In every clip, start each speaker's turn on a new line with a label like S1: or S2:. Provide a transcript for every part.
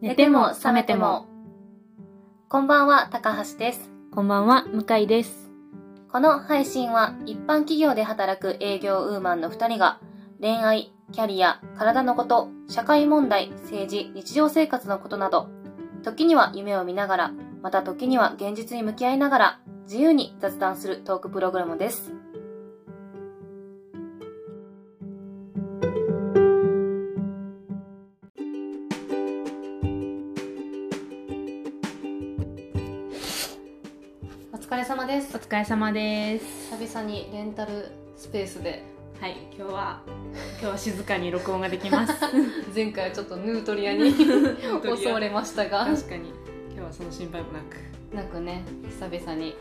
S1: 寝ても覚めても。こんばんは、高橋です。
S2: こんばんは、向井です。
S1: この配信は一般企業で働く営業ウーマンの2人が恋愛、キャリア、体のこと、社会問題、政治、日常生活のことなど、時には夢を見ながら、また時には現実に向き合いながら自由に雑談するトークプログラムです。お疲れ様です
S2: お。疲れ様です。
S1: 久々にレンタルスペースで
S2: はい、今日は、今日は静かに録音ができ ます。
S1: 前回はちょっとヌートリアに襲われましたが
S2: 確かに、今日はその心配もなく。
S1: なんかね久々に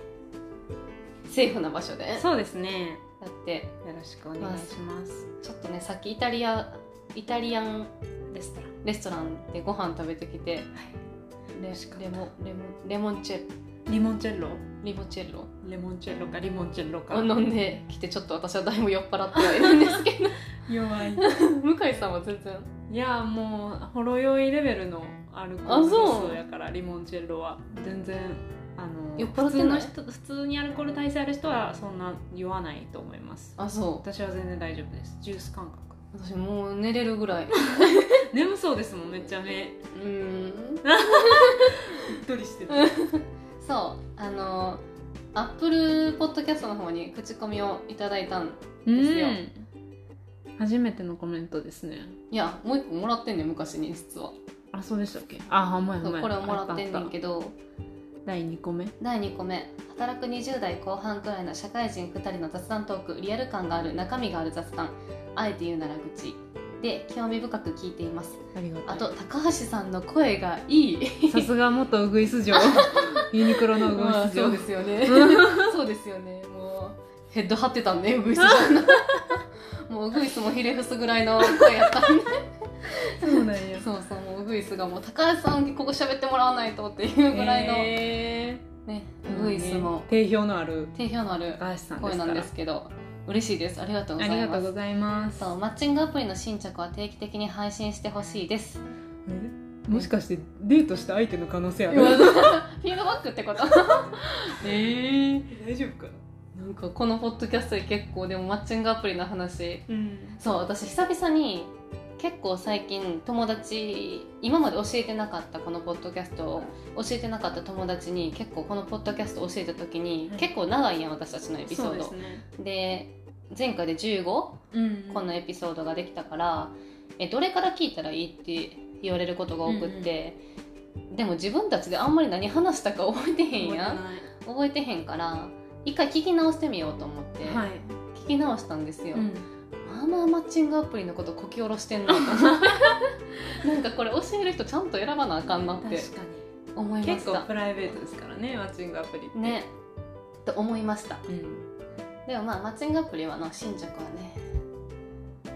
S1: セーフな場所でや
S2: そうですね。
S1: って
S2: よろしくお願いします。
S1: ちょっとねさっきイタリアイタリアン
S2: レストラン。
S1: レストランでご飯食べてきてレ
S2: しかった
S1: レモレモレモンチェッ
S2: リモンチェッロ
S1: リモチェッロ
S2: レモンチェッロかリモンチェッロか。
S1: を飲んできてちょっと私はだいぶ酔っ払ってはいるんですけ ど
S2: 弱 い。
S1: 向井さんは全然
S2: いや、もう、ほろ酔いレベルのアルコ
S1: あ
S2: ール
S1: そう
S2: 度数やから、リモンチェッロは。全然、あの、
S1: 酔っ払ってない
S2: 普通の人、普通にアルコール耐性ある人はそんな酔わないと思います。
S1: あそう
S2: 私は全然大丈夫です。ジュース感覚。
S1: 私もう寝れるぐらい
S2: 眠そうですもんめっちゃ目
S1: うーん
S2: うっとりしてる
S1: そうあのアップルポッドキャストの方に口コミをいただいたん
S2: ですよ初めてのコメントですね
S1: いやもう一個もらってんねん昔に実は
S2: あそうでしたっけあほんまや
S1: そ
S2: ほんま
S1: う
S2: や
S1: これをもらってんねんけ
S2: ど
S1: ど
S2: 第2個目
S1: 第2個目働く20代後半くらいの社会人2人の雑談トークリアル感がある中身がある雑談あえて言うなら愚痴で興味深く聞いています
S2: ありがとう
S1: あと高橋さんの声がいい
S2: さすが元ウグイス嬢ユニクロのウグイス嬢
S1: すよ ねそうですよねもうヘッド張ってたんでウグイスさ んのもうウグイスもひれ伏すぐらいの声やったんで
S2: そうなんや
S1: そうそうもうウグイスがもう高橋さんにここ喋ってもらわないとっていうぐらいの、
S2: え
S1: ね
S2: ー
S1: ウグイスも
S2: 定評のある
S1: 定評のある
S2: 高橋さんで
S1: 声
S2: すか
S1: なん
S2: ら
S1: ですけど嬉しいですありがとうご
S2: あ
S1: ざ
S2: り
S1: い
S2: がと
S1: ま
S2: う
S1: す
S2: ございます
S1: そうマッチングアプリの新着は定期的に配信してほしいです
S2: えもしかしてデートした相手の可能性あ
S1: フ
S2: る
S1: ィードバックってこと
S2: えー、大丈夫かな
S1: なんかこのポッドキャストで結構でもマッチングアプリの話
S2: うん
S1: そう私久々に結構最近友達今まで教えてなかったこのポッドキャストを教えてなかった友達に結構このポッドキャスト教えた時に、
S2: はい
S1: 結構長いやん私たちのエピソ
S2: そう
S1: ー
S2: で
S1: ド
S2: すね
S1: で,、前回で15こ
S2: うん
S1: のエピソードができたから、えどれから聞いたらいいって言われることが多くって、でも自分たちであんまり何話したか覚えてへんやん
S2: 覚
S1: 覚えてへんから一回聞き直してみようと思って
S2: え、てないはい、
S1: 聞き直したんですよ、
S2: うん
S1: まあまあマッチングアプリのことこき下ろしてんなと 思ってなんかこれ教える人ちゃんと選ばなあかんなっ
S2: 確
S1: て
S2: か
S1: 思い
S2: に
S1: ま
S2: 結
S1: し
S2: 構
S1: た
S2: プライベートですからねマッチングアプリって
S1: ねと思いました
S2: うん、
S1: でもまあマッチングアプリはの新着はね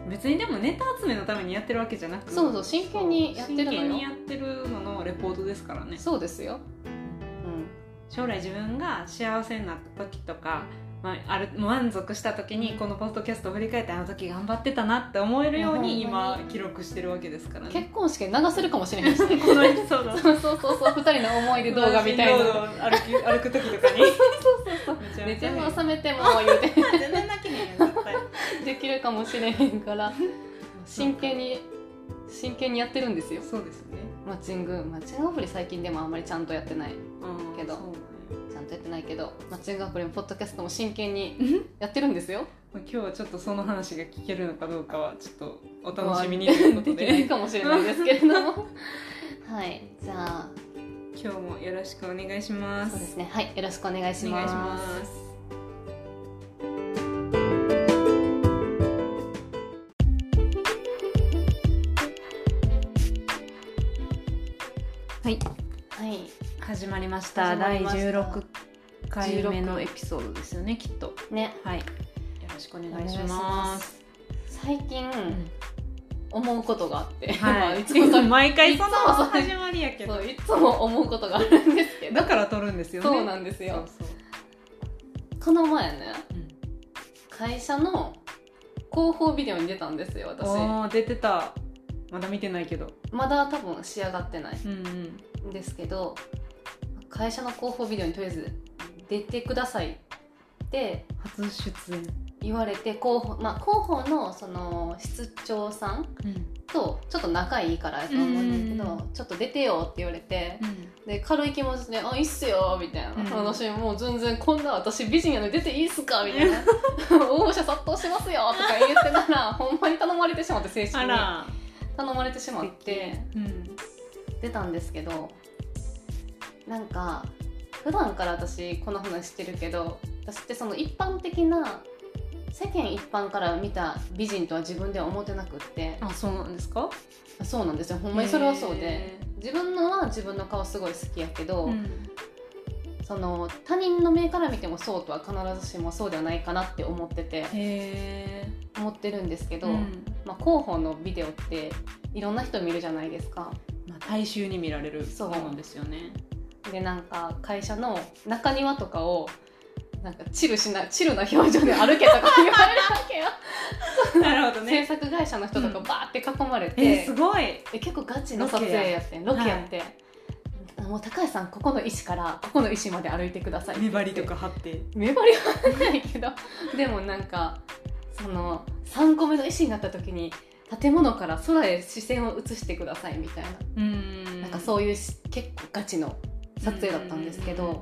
S2: 別にでもネタ集めのためにやってるわけじゃなく
S1: そうそう真剣にやってるのよ
S2: そう真剣にやってるののレポートですからね
S1: そうですよ
S2: 将来自分が幸せになった時とか、まあ、ある満足した時にこのポッドキャストを振り返ってあの時頑張ってたなって思えるように
S1: いやほんま
S2: 今
S1: に
S2: 記録してるわけですから
S1: うん
S2: ね
S1: 結婚式で流せるかもしれへん しね
S2: このエピソード
S1: そうそうそうそう2人の思い出動画みたいな
S2: な歩き歩く時と かにめちゃ
S1: 寝
S2: めち
S1: て
S2: ゃ
S1: も覚めても言うて
S2: 全然泣きねえよ絶対
S1: できるかもしれへんから真剣に真剣にやってるんですよ
S2: そうですね
S1: マッチングマッチングアプリ最近でもあんまりちゃんとやってない
S2: うん
S1: けど
S2: そうね
S1: ちゃんとやってないけどマッチングアプリもポッドキャストも真剣にやってるんです よ。
S2: まあ今日はちょっとその話が聞けるのかどうかはちょっとお楽しみにということ
S1: できない
S2: で
S1: かもしれないですけれど も。はい、じゃあ
S2: 今日もよろしくお願いしま
S1: そうですね。はい、よろしくお願いし
S2: お願いし
S1: ま。
S2: ますすはい
S1: はい、
S2: 始まりました
S1: 始まりました
S2: 第16回目のエピソードですよねきっと
S1: ね、
S2: はいよろしくお願いし
S1: お願いしま
S2: ます
S1: す最近思うことがあって、 ま
S2: は
S1: あ
S2: い、
S1: いつもそれ
S2: 毎回
S1: いつ
S2: そ
S1: も
S2: の
S1: それ
S2: 始まりやけ
S1: そ
S2: ど
S1: ういつも思うことがあるんですけど
S2: だ。から撮るんですよね
S1: そうなんですよ。
S2: そうそう
S1: この前ね、
S2: うん
S1: 会社の広報ビデオに出たんですよ私。
S2: おー出てたまだ見てないけど
S1: まだ多分仕上がってない
S2: うんうん
S1: んですけど会社の広報ビデオにとりあえず出てくださいって
S2: 初出演
S1: 言われて広報,、まあ、広報のその室長さん
S2: うん
S1: とちょっと仲いいからやと思うんだけど、
S2: う
S1: ちょっと出てよって言われて、
S2: うん
S1: で軽い気持ちで「あいいっすよ」みたいな、
S2: うん
S1: 私もう全然こんな私美人やのに出ていいっすかみたいな「 応募者殺到しますよ」とか言ってたらほんまに頼まれてしまって正式
S2: あ
S1: に
S2: ら
S1: 頼まれてしまって
S2: うん
S1: 出たんですけどなんか普段から私この話してるけど私ってその一般的な世間一般から見た美人とは自分では思ってなくって
S2: あそうなんですか
S1: そうなんですよほんまにそれはそうで自分のは自分の顔すごい好きやけど、
S2: うん
S1: その他人の目から見てもそうとは必ずしもそうではないかなって思ってて
S2: へえ
S1: 思ってるんですけど、
S2: うん
S1: まあ、広報のビデオっていろんな人見るじゃないですか
S2: まあ大衆に見られる
S1: そう
S2: ものですよね
S1: でなんか会社の中庭とかをなんかチルしなチルな表情で歩けとか言われるわけよ
S2: なるほど
S1: 制
S2: ね
S1: 作会社の人とかバーって囲まれて、
S2: えーすごい
S1: で結構ガチの撮影やってんロケやって、あもう高橋さんここの石からここの石まで歩いてくださいって
S2: 目
S1: 言っ
S2: 張
S1: て
S2: りとか貼って
S1: 目張りはないけどでもなんかその3個目の石になった時に建物から空へ視線を移してくださいみたいな,、
S2: うん
S1: なんかそういうし結構ガチの撮影だったんですけど、
S2: うんうんうん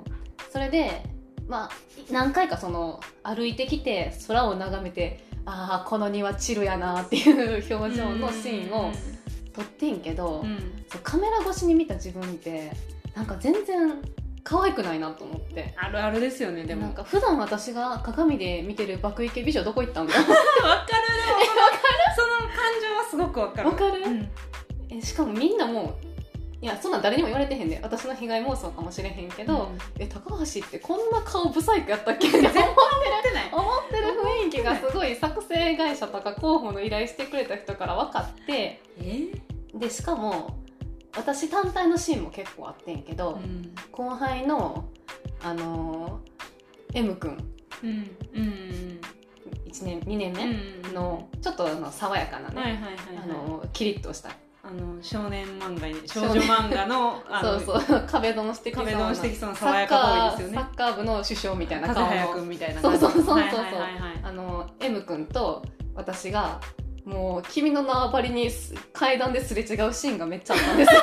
S1: それでまあ何回かその歩いてきて空を眺めてああこの庭チルやなっていう表情のシーンを撮ってんけど、
S2: うん
S1: そうカメラ越しに見た自分ってなんか全然可愛くないなと思って。
S2: あるあるですよねで
S1: で
S2: も
S1: もな
S2: わ
S1: ん
S2: か
S1: か普段私が鏡で見てる爆イケ美女どこ行ったん だ
S2: るでもわかるその感情はすごくわかる
S1: わかる
S2: うん
S1: えしかもみんなもういやそんなん誰にも言われてへんで私の被害妄想かもしれへんけど、
S2: うん
S1: え高橋ってこんな顔ブサイクやったっけって思ってる
S2: やってない
S1: 思ってる雰囲気がすごい作成会社とか候補の依頼してくれた人から分かって
S2: え
S1: でしかも私単体のシーンも結構あってんけど、
S2: うん
S1: 後輩のあのー M 君
S2: うんうん
S1: 1年2年
S2: う
S1: 目
S2: ん
S1: のちょっとあの爽やかなね、
S2: はいはいはいはい
S1: あのーキリッとした
S2: あの少年漫画に少女漫画 のあ
S1: そ
S2: の
S1: うそう壁ドンしてきそう
S2: 壁
S1: な
S2: ドンしてきそうな爽やかボーイです
S1: サ
S2: よね
S1: ッカーサッカー部の首相みたいな
S2: 風
S1: 顔
S2: 早く
S1: の
S2: んみたいな
S1: そうそうそうそう
S2: はいはいはいはい
S1: あの M 君と私がもう君の縄張りにす階段ですれ違うシーンがめっちゃあったんですよ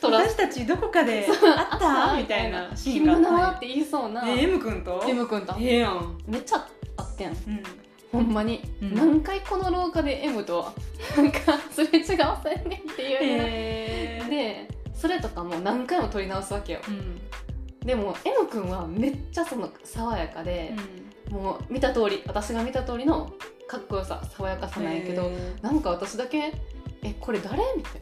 S1: トラ
S2: 私たちどこかであったみたいなシーン
S1: 君
S2: が
S1: の縄
S2: あ
S1: っ
S2: って
S1: 言いそうな
S2: たねえ M 君と
S1: M 君と
S2: ええやん
S1: めっちゃあってん
S2: うん
S1: ほんまに、
S2: うん
S1: 何回この廊下で M となんかすれ違わせんねんっていうね、
S2: ええ
S1: でそれとかも何回も撮り直すわけよ
S2: うん
S1: でも M 君はめっちゃその爽やかで、もう見た通り私が見た通りのかっこよさ爽やかさなんやけど、
S2: え
S1: なんか私だけ「えこれ誰?」みたい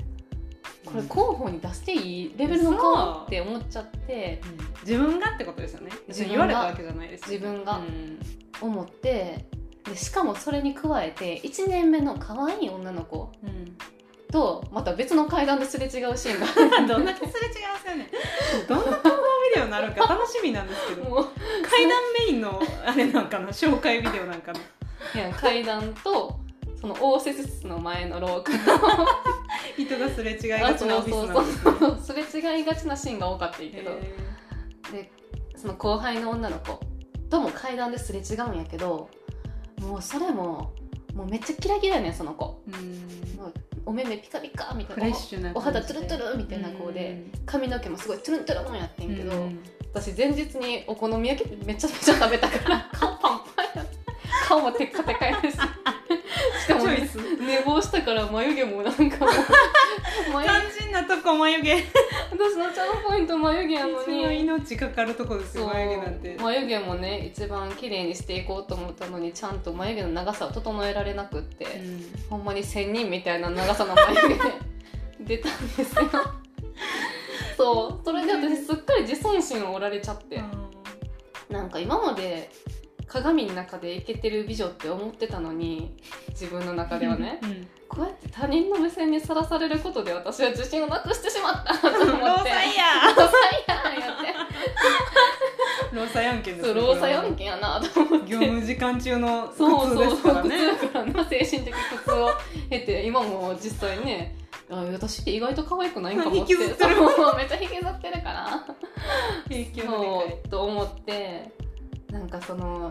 S1: なこれ候補に出していいレベルの
S2: そう
S1: 顔って思っちゃって
S2: え自分がってことですよね
S1: 自分
S2: 言わ
S1: が
S2: れたわけじゃないです
S1: 自分が
S2: うん
S1: 思ってでしかもそれに加えて1年目の可愛い女の子
S2: うん
S1: とまた別の階段ですれ違うシーンが
S2: どんだけすれ違わせよねどんな統合ビデオになるか楽しみなんですけ ど
S1: もう
S2: 階段メインのあれなんかな紹介ビデオなんかない
S1: や階段とその応接室の前の廊下
S2: 人がすれ違いがちなオフィスなんですね
S1: のすれ違いがちなシーンが多かったんやけど。
S2: え
S1: でその後輩の女の子とも階段ですれ違うんやけどもうそれももうめっちゃキラキラやねんその子
S2: えうん
S1: もうお目目ピカピカみた
S2: フ
S1: い
S2: レッ
S1: な
S2: シュな
S1: おお
S2: 感じ
S1: 肌
S2: で
S1: トゥルトゥルみたいな子で髪の毛もすごいトゥルントゥルンやって
S2: うん
S1: んけど、
S2: うん
S1: 私前日にお好み焼きめちゃめちゃ食べたから 顔パンパンや顔もテッカテカやしし
S2: チ
S1: かも
S2: ョイ
S1: ね
S2: ス
S1: 寝坊したから眉毛もなんかも う眉
S2: 肝心なとこ眉毛
S1: 私のチャームポイント眉毛やの
S2: その
S1: に
S2: 命かかるとこです
S1: そ
S2: よ
S1: う
S2: 眉毛なんて
S1: 眉毛もね一番綺麗にしていこうと思ったのにちゃんと眉毛の長さを整えられなくって、
S2: うん
S1: ほんまに仙人みたいな長さの眉毛 で出たんで すよそうそれで私すっかり自尊心を折られちゃって、なんか今まで鏡の中でイケてる美女って思ってたのに自分の中ではね
S2: うん
S1: こうやって他人の目線にさらされることで私は自信をなくしてしまったと思
S2: 労
S1: って
S2: 災や
S1: 労災やんやって
S2: 労災案件です
S1: そう
S2: ね
S1: 労災案件やなと思って
S2: 業務時間中の苦
S1: そう
S2: 痛
S1: そ
S2: で
S1: う
S2: す
S1: そう
S2: からね
S1: 苦痛からな精神的苦痛を経て今今も実際ねあ私って意外と可愛くないんかも
S2: 引きずってる
S1: そうめっちゃ引きずってるから
S2: 影響のでかい
S1: そうと思ってなんかその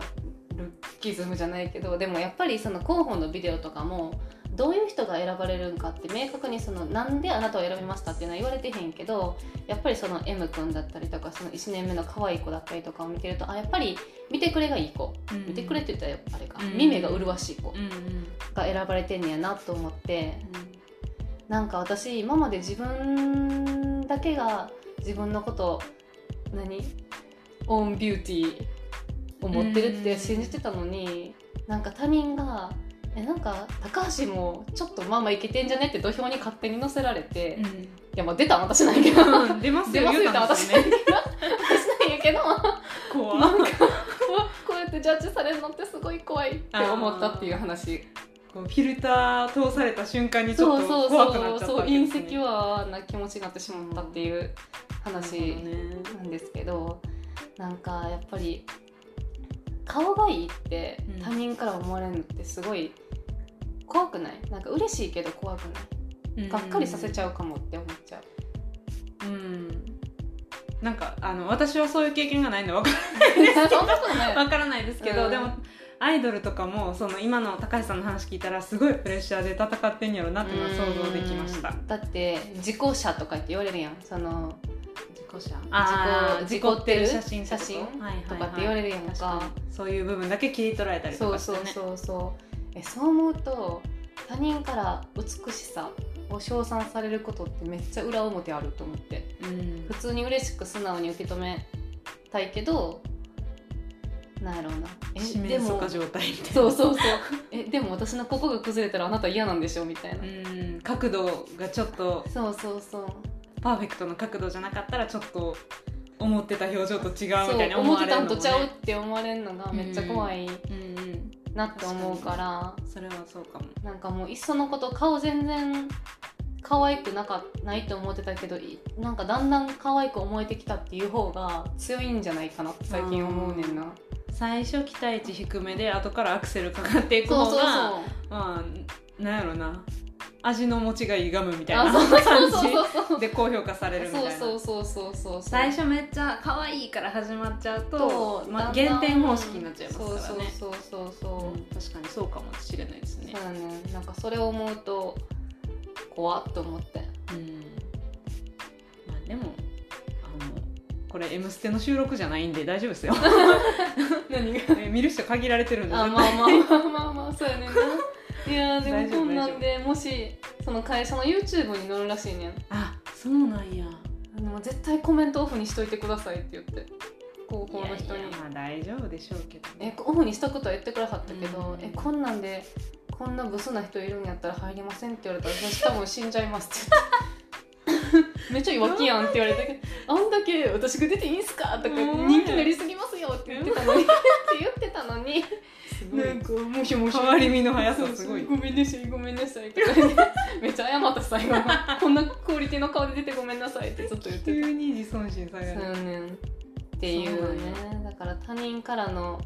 S1: ルッキズムじゃないけどでもやっぱりその広報のビデオとかもどういう人が選ばれるんかって明確にそのなんであなたを選びましたっていうのは言われてへんけどやっぱりその M 君だったりとかその1年目の可愛い子だったりとかを見てるとあやっぱり見てくれがいい子
S2: うん
S1: 見てくれって言ったらあれか、
S2: うん
S1: 見目が麗しい子
S2: うんうん
S1: が選ばれてんねやなと思ってなんか私今まで自分だけが自分のこと何オンビューティーを持ってるって信じてたのになんか他人が「えなんか高橋もちょっとまあまあいけてんじゃね?」って土俵に勝手に乗せられて、
S2: う
S1: い
S2: ん
S1: やまあ出たん私なんやけど 出
S2: うん出ます
S1: 出ますよ
S2: 言うたんです
S1: 言
S2: よね
S1: ないんやけど
S2: 怖
S1: なんかこうやってジャッジされるのってすごい怖いって思ったっていう話
S2: こうフィルター通された瞬間にちょ
S1: そ
S2: っ
S1: うそ
S2: と
S1: うそ
S2: 怖
S1: う
S2: くなっちゃった
S1: そう
S2: わけですね
S1: 隕石はな気持ちになってしまったっていう話
S2: なるほどね
S1: なんですけどなんかやっぱり顔がいいって
S2: うん
S1: 他人から思われるのってすごい怖くないなんか嬉しいけど怖くないがっかりさせちゃうかもって思っちゃう、
S2: うんなんかあの私はそういう経験がないんでわか
S1: そんなことない
S2: わからないですけど、
S1: うん
S2: でもアイドルとかもその今の高橋さんの話聞いたらすごいプレッシャーで戦ってんやろなっていうのは想像できました
S1: うんだって自己者とかって言われるやんその自己者
S2: あー
S1: 自己自己ってる
S2: 自己ってる写真
S1: 写真
S2: ってことはいはいはい
S1: とかって言われるやんか
S2: 確かにそういう部分だけ切り取られたりと
S1: そ
S2: か
S1: う
S2: して
S1: そ
S2: ね
S1: うそうそうえそう思うと他人から美しさを称賛されることってめっちゃ裏表あると思って
S2: うん
S1: 普通に嬉しく素直に受け止めたいけどなんやろうな
S2: 四
S1: で
S2: 面楚
S1: も
S2: 歌状態みたいな
S1: そうそうそうえでも私のここが崩れたらあなた嫌なんでしょみたいな、
S2: うん角度がちょっと
S1: そうそうそう
S2: パーフェクトの角度じゃなかったらちょっと思ってた表情と違うみ
S1: そ
S2: たいに思
S1: う思っ
S2: わ
S1: て
S2: れる
S1: た
S2: のも、
S1: んと
S2: ね、
S1: ちゃうって思われるのがめっちゃ怖い
S2: うんうん
S1: なって思うから、
S2: それはそうかも
S1: なんかもういっそのこと顔全然可愛くなかないと思ってたけどいなんかだんだん可愛く思えてきたっていう方が強いんじゃないかなって最近思うねんな
S2: 最初期待値低めで後からアクセルかかっていく
S1: そ
S2: 方が
S1: うそうそう
S2: まあなんやろな味の持ちがいいガムみたい
S1: あ
S2: な
S1: そうそうそうそう
S2: 感
S1: そ
S2: じ
S1: う
S2: で高評価されるみたいな
S1: そうそうそうそうそう
S2: 最初めっちゃ可愛いから始まっちゃうと
S1: と、
S2: ま
S1: だ
S2: あ、
S1: んだ
S2: 減
S1: ん
S2: 点方式になっちゃいますからね
S1: そうそうそうそうそう
S2: うん確かにそうかもしれないですね
S1: そうだねなんかそれを思うと怖っと 思って
S2: うんまあでもあのこれ「M ステ」の収録じゃないんで大丈夫です よ
S1: 何が
S2: え見る人限られてるんで
S1: あ
S2: 絶
S1: ま
S2: 対
S1: あまあまあまあまあそうや ねんないやーで
S2: 大
S1: も
S2: 丈夫
S1: こんなんでもしその会社の YouTube に載るらしいねん
S2: あそうなんや
S1: でも絶対コメントオフにしといてくださいって言って高校の人に
S2: いやいやまあ大丈夫でしょうけど
S1: えオフにしたことは言ってくれはったけど、
S2: うん
S1: えこんなんでこんなブスな人いるんやったら入りませんって言わ れたら私多分死んじゃいますって 言ってめっちゃ弱気やんって言われたけど「あんだけ私が出ていいんすか?」とか「
S2: うん
S1: 人気なりすぎますよ」って言ってたのにって言ってたの に
S2: す
S1: なんかもしもし
S2: 変わり身の速さすごい
S1: ごめんなさいごめんなさいとか言ってめっちゃ謝った最後こんなクオリティの顔で出てごめんなさいってずっと言ってた
S2: 急に自尊心下がる
S1: そうねんっていうねだから他人からの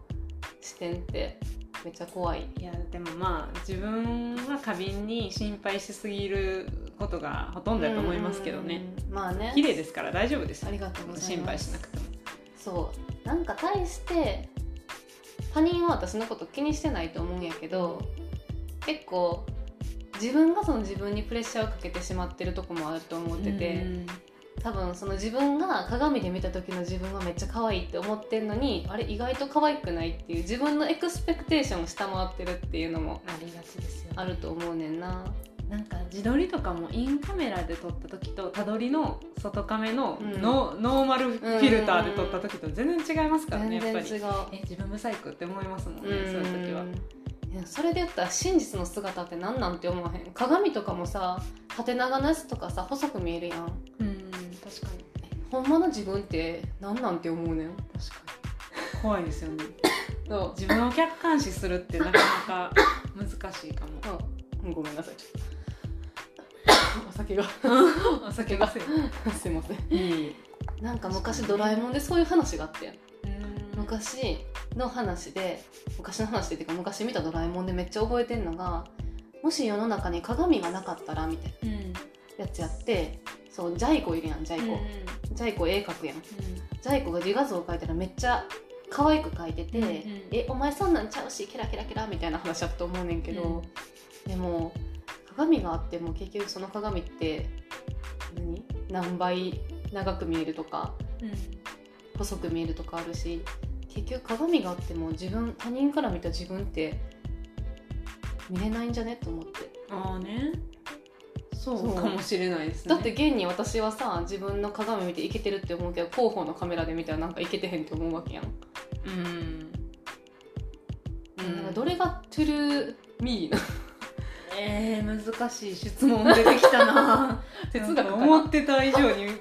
S1: 視点ってめっちゃ怖い
S2: いやでもまあ自分は過敏に心配しすぎることがほとんどだと思いますけどね
S1: うんまあね
S2: 綺麗ですから大丈夫です
S1: ありがとうございます
S2: 心配しなくても
S1: そうなんか対して他人は私のこと気にしてないと思うんやけど結構自分がその自分にプレッシャーをかけてしまってるとこもあると思ってて、
S2: うん
S1: 多分その自分が鏡で見た時の自分はめっちゃ可愛いって思ってんのにあれ意外と可愛くないっていう自分のエクスペクテーションを下回ってるっていうのも
S2: ありがちですよね
S1: あると思うねんな
S2: なんか自撮りとかもインカメラで撮った時とたどりの外カメの
S1: うん
S2: ノ,、ノーマルフィルターで撮った時と全然違いますからね
S1: 全
S2: やっ
S1: 然
S2: ぱ
S1: 違
S2: り
S1: う
S2: え自分ブサイクって思いますもんね
S1: う
S2: そういう時は
S1: んいやそれで言ったら真実の姿って何なんて思わへん鏡とかもさ縦長のやつとかさ細く見えるやん
S2: うん確かに
S1: ほんまの自分って何なんて思うねん
S2: 確かに怖いですよね
S1: そ
S2: 自分を客観視するってなかなか難しい かも
S1: ううんごめんなさいちょっと お酒が
S2: お酒がせ
S1: すいません
S2: いい
S1: なんか昔ドラえもんでそういう話があってん
S2: 昔
S1: 昔の話で昔の話でっていうか昔見たドラえもんでめっちゃ覚えてんのがもし世の中に鏡がなかったらみたい
S2: うんうん
S1: なやつやってそうジャイ子いるやんジャイ
S2: うん
S1: 子、ジャイ子絵描くやんジャイ子が自画像描いたらめっちゃ可愛く描いてて「
S2: うんうん
S1: えお前そんなんちゃうしキラキラキラ」みたいな話だったと思うねんけど、でも鏡があっても結局その鏡って何何倍長く見えるとか細く見えるとかあるし結局鏡があっても自分他人から見た自分って見れないんじゃねと思って
S2: ああねそ
S1: そう
S2: うかもしれないですね
S1: だって現に私はさ自分の鏡見てイケてるって思うけど広報のカメラで見たらなんかイケてへんって思うわけやん、
S2: うん
S1: なんかどれがトゥルーミーな
S2: えー、難しい質問出てきたな
S1: 哲学か
S2: なん
S1: な
S2: か思ってた以上に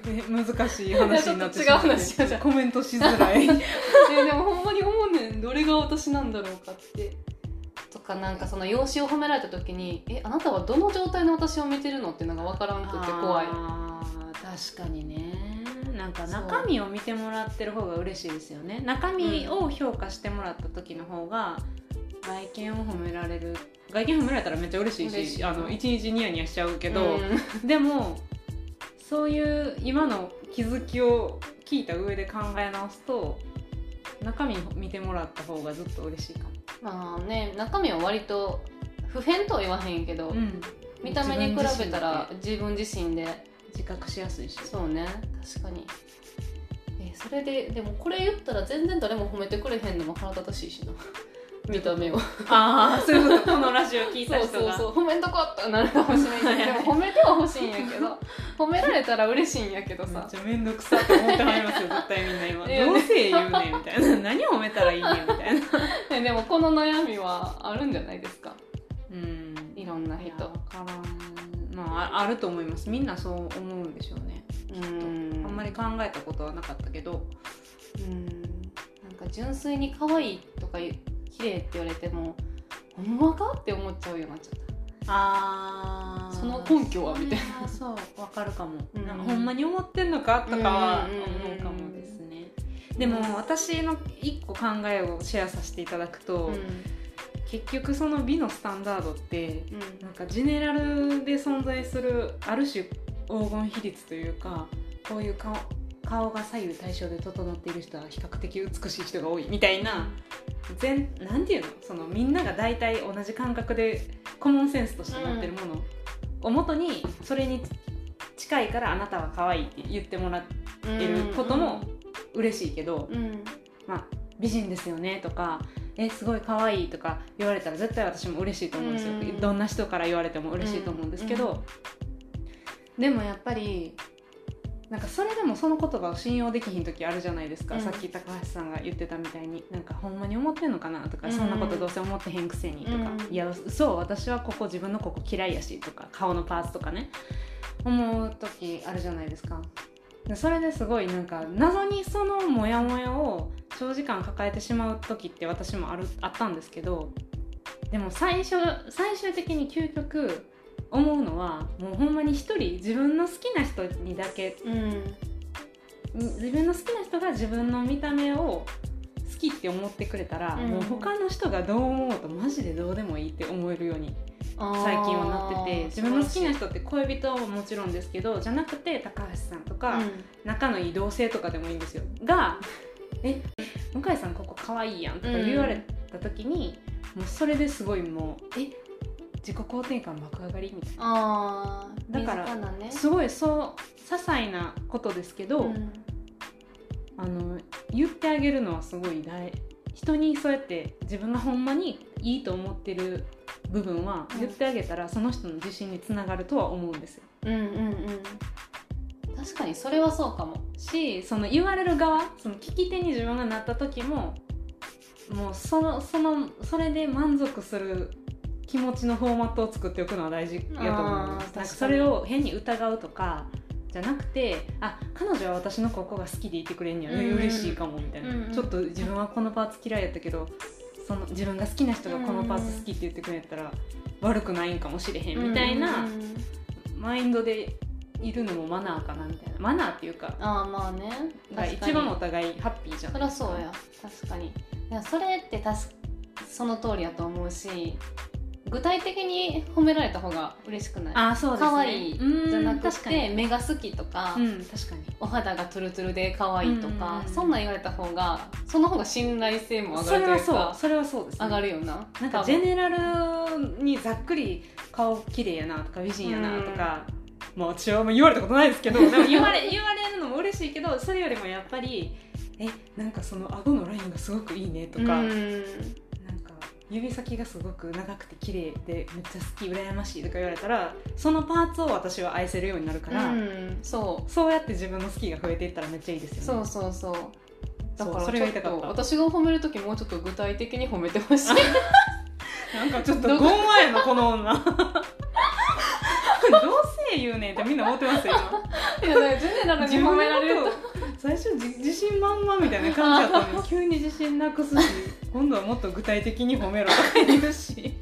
S2: 難しい話になってしまっ
S1: いやちょっと違う話
S2: てコメントしづらい
S1: ででもほんまに思うねんどれが私なんだろうかってとかなんかその容姿を褒められた時に「えあなたはどの状態の私を見てるの?」ってのが 分からんくって怖い
S2: あー確かにねなんか
S1: そう
S2: 中身を見てもらってる方が嬉しいですよね中身を評価してもらった時の方が外見を褒められる外見褒められたらめっちゃ嬉しいし
S1: 嬉しい
S2: あの一日ニヤニヤしちゃうけ
S1: け
S2: ど、でもそういう今の気づきを聞いた上で考え直すと中身見てもらった方がずっと嬉しいかも、
S1: まあね中身は割と不変とは言わへんけど、見た目に比べたら自分自身で
S2: 自覚しやすいし
S1: そうね確かにえそれででもこれ言ったら全然誰も褒めてくれへんのも腹立たしいしな 見た目を
S2: ああそういうことこのラジオ聞い
S1: そ
S2: た
S1: う
S2: 人
S1: そう
S2: が
S1: そう褒めんとこってなるかもしれないけどで も褒めては欲しいんやけ ど褒められたら嬉しいんやけど
S2: めっ
S1: さ
S2: ちゃ面倒くさって思ってはり ますよ絶対みんな今、
S1: いや
S2: どうせ言うねんみたいな 何褒めたらいいねんみたいな
S1: えでもこの悩みはあるんじゃないですか
S2: うん
S1: いろんない
S2: や
S1: 人
S2: わからんまあああると思いますみんなそう思うんでしょうね
S1: うん
S2: あんまり考えたことはなかったけど
S1: うんなんか純粋に可愛いとかいう綺麗って言われてもほんまかって思っちゃうようになっちゃった
S2: あー
S1: その根拠はみたい
S2: なそうわかるかも、
S1: うん
S2: なんかほんまに思ってんのかとかは
S1: うん
S2: 思うかもですねでも私の一個考えをシェアさせていただくと、結局その美のスタンダードって
S1: うん
S2: なんかジェネラルで存在するある種黄金比率というかこういう顔顔が左右対称で整っている人は比較的美しい人が多いみたいな全なんていうのそのみんなが大体同じ感覚でコモンセンスとして持ってるものをもとにそれに近いからあなたは可愛いって言ってもらって
S1: うん
S2: ることも嬉しいけど、
S1: うん
S2: まあ、美人ですよねとかえすごい可愛いとか言われたら絶対私も嬉しいと思うんですよ、
S1: うん
S2: どんな人から言われても嬉しいと思うんですけど、でもやっぱりなんかそれでもその言葉を信用できひん時あるじゃないですか、
S1: うん
S2: さっき高橋さんが言ってたみたいになんかほんまに思ってんのかなとか、
S1: うん
S2: そんなことどうせ思ってへんくせにとか、
S1: うん
S2: いやそう私はここ自分のここ嫌いやしとか顔のパーツとかね思う時あるじゃないですかでそれですごいなんか謎にそのモヤモヤを長時間抱えてしまう時って私もあるあったんですけどでも最初最終的に究極思うのはもうほんまに一人自分の好きな人にだけ
S1: うん
S2: 自分の好きな人が自分の見た目を好きって思ってくれたら、
S1: うん
S2: もう他の人がどう思おうとマジでどうでもいいって思えるように最近はなってて自分の好きな人って恋人はもちろんですけどじゃなくて高橋さんとか、仲のいい同性とかでもいいんですよが「え向井さんここ可愛いやん」とか言われた時に、もうそれですごいもう「え自己肯定感爆上がり」みたいな
S1: あー
S2: だから
S1: 身近なね
S2: すごいそう些細なことですけど、
S1: うん
S2: あの言ってあげるのはすごい大人にそうやって自分がほんまにいいと思ってる部分は
S1: うん
S2: 言ってあげたら、その人の自信につながるとは思うんですよ
S1: うんうんうん確かにそれはそうかも
S2: しその言われる側その聞き手に自分がなった時ももうそのそのそれで満足する気持ちのフォーマットを作っておくのは大事やと思
S1: あー
S2: うなん
S1: 確か
S2: か
S1: に
S2: それを変に疑うとかじゃなくてあ彼女は私のここが好きでいてくれんには、
S1: うんうん
S2: 嬉しいかもみたいな、
S1: うんうん
S2: ちょっと自分はこのパーツ嫌いやったけどその自分が好きな人がこのパーツ好きって言ってくれたら悪くないんかもしれへんみたいな。
S1: うんうんうん
S2: マインドでいるのもマナーかなみたいなマナーっていうか
S1: ああまあね
S2: が
S1: 確かに
S2: 一番お互いハッピーじゃん
S1: そりゃそうや確かにいやそれってたしその通りやと思うし具体的に褒められた方が嬉しくない
S2: あそうですね
S1: 可愛い
S2: うん
S1: じゃなく
S2: 確かに
S1: て目が好きとか、
S2: うん確かに
S1: お肌がトゥルトゥルで可愛いとか、
S2: うん
S1: そんなん言われた方がその方が信頼性も上
S2: そ
S1: が
S2: れ
S1: るとい
S2: は
S1: う
S2: そう
S1: か
S2: それはそうです、ね、
S1: 上がるよな
S2: なんかジェネラルにざっくり顔綺麗やなとか美人やなとか、まあ私はあんま言われたことないですけどでも言われ言われるのも嬉しいけどそれよりもやっぱりえなんかその顎のラインがすごくいいねと
S1: 多分
S2: か、
S1: うん
S2: なんか指先がすごく長くて綺麗でめっちゃ好き羨ましいとか言われたらそのパーツを私は愛せるようになるから、
S1: うんそ
S2: そうやって自分の好きが増えていったらめっちゃいいです
S1: う
S2: よ
S1: そ
S2: ね
S1: うそうそうだから
S2: そうそれが言いたかった
S1: ちょっと私が褒める時もうちょっと具体的に褒めてほし い
S2: なんかちょっとゴンワやのこの女どうせ言うねんってみんな思って ますよ今
S1: いやだからジェネラルに褒められると
S2: 最初じ自信満々みたいな感じだった のに急に自信なくすし今度はもっと具体的に褒めろとか言う し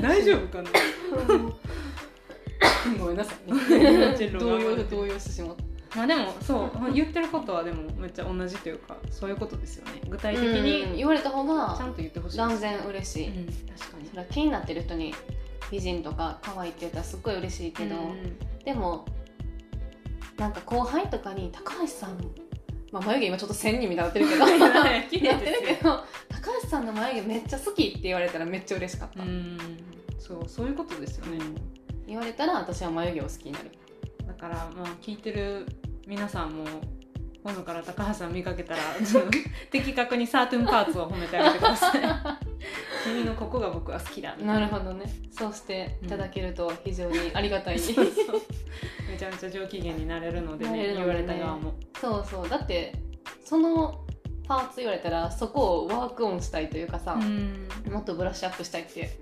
S2: 大丈夫かな
S1: ごめんなさい
S2: もちろん
S1: 動揺動揺してしまった
S2: まあでもそう言ってることはでもめっちゃ同じというかそういうことですよね具体的
S1: うん
S2: に
S1: 言われた方
S2: ちゃ
S1: が
S2: んと言ってほしい
S1: 断然嬉しい、
S2: うん確かに
S1: それは気になってる人に美人とか可愛いって言ったらすっごい嬉しいけど、
S2: うん
S1: でもなんか後輩とかに「高橋さん、まあ、眉毛今ちょっと線にみたいになってる けど
S2: いやいや
S1: なって
S2: 綺
S1: る
S2: 麗ですよ
S1: けど高橋さんの眉毛めっちゃ好きって言われたらめっちゃ嬉しかった、
S2: うんそうそういうことですよね
S1: 言われたら私は眉毛を好きになる
S2: だからまあ聞いてる皆さんも今度から高橋さん見かけたらちょっと的確にサートゥンパーツを褒めてあげてください君のここが僕は好きだ
S1: なるほどねそうしていただけると非常にありがたい、
S2: そうそうめちゃめちゃ上機嫌になれるのでね
S1: なれる
S2: 言
S1: ので
S2: わ
S1: ね
S2: れた側も
S1: そうそうだってそのパーツ言われたらそこをワークオンしたいというかさ、もっとブラッシュアップしたいって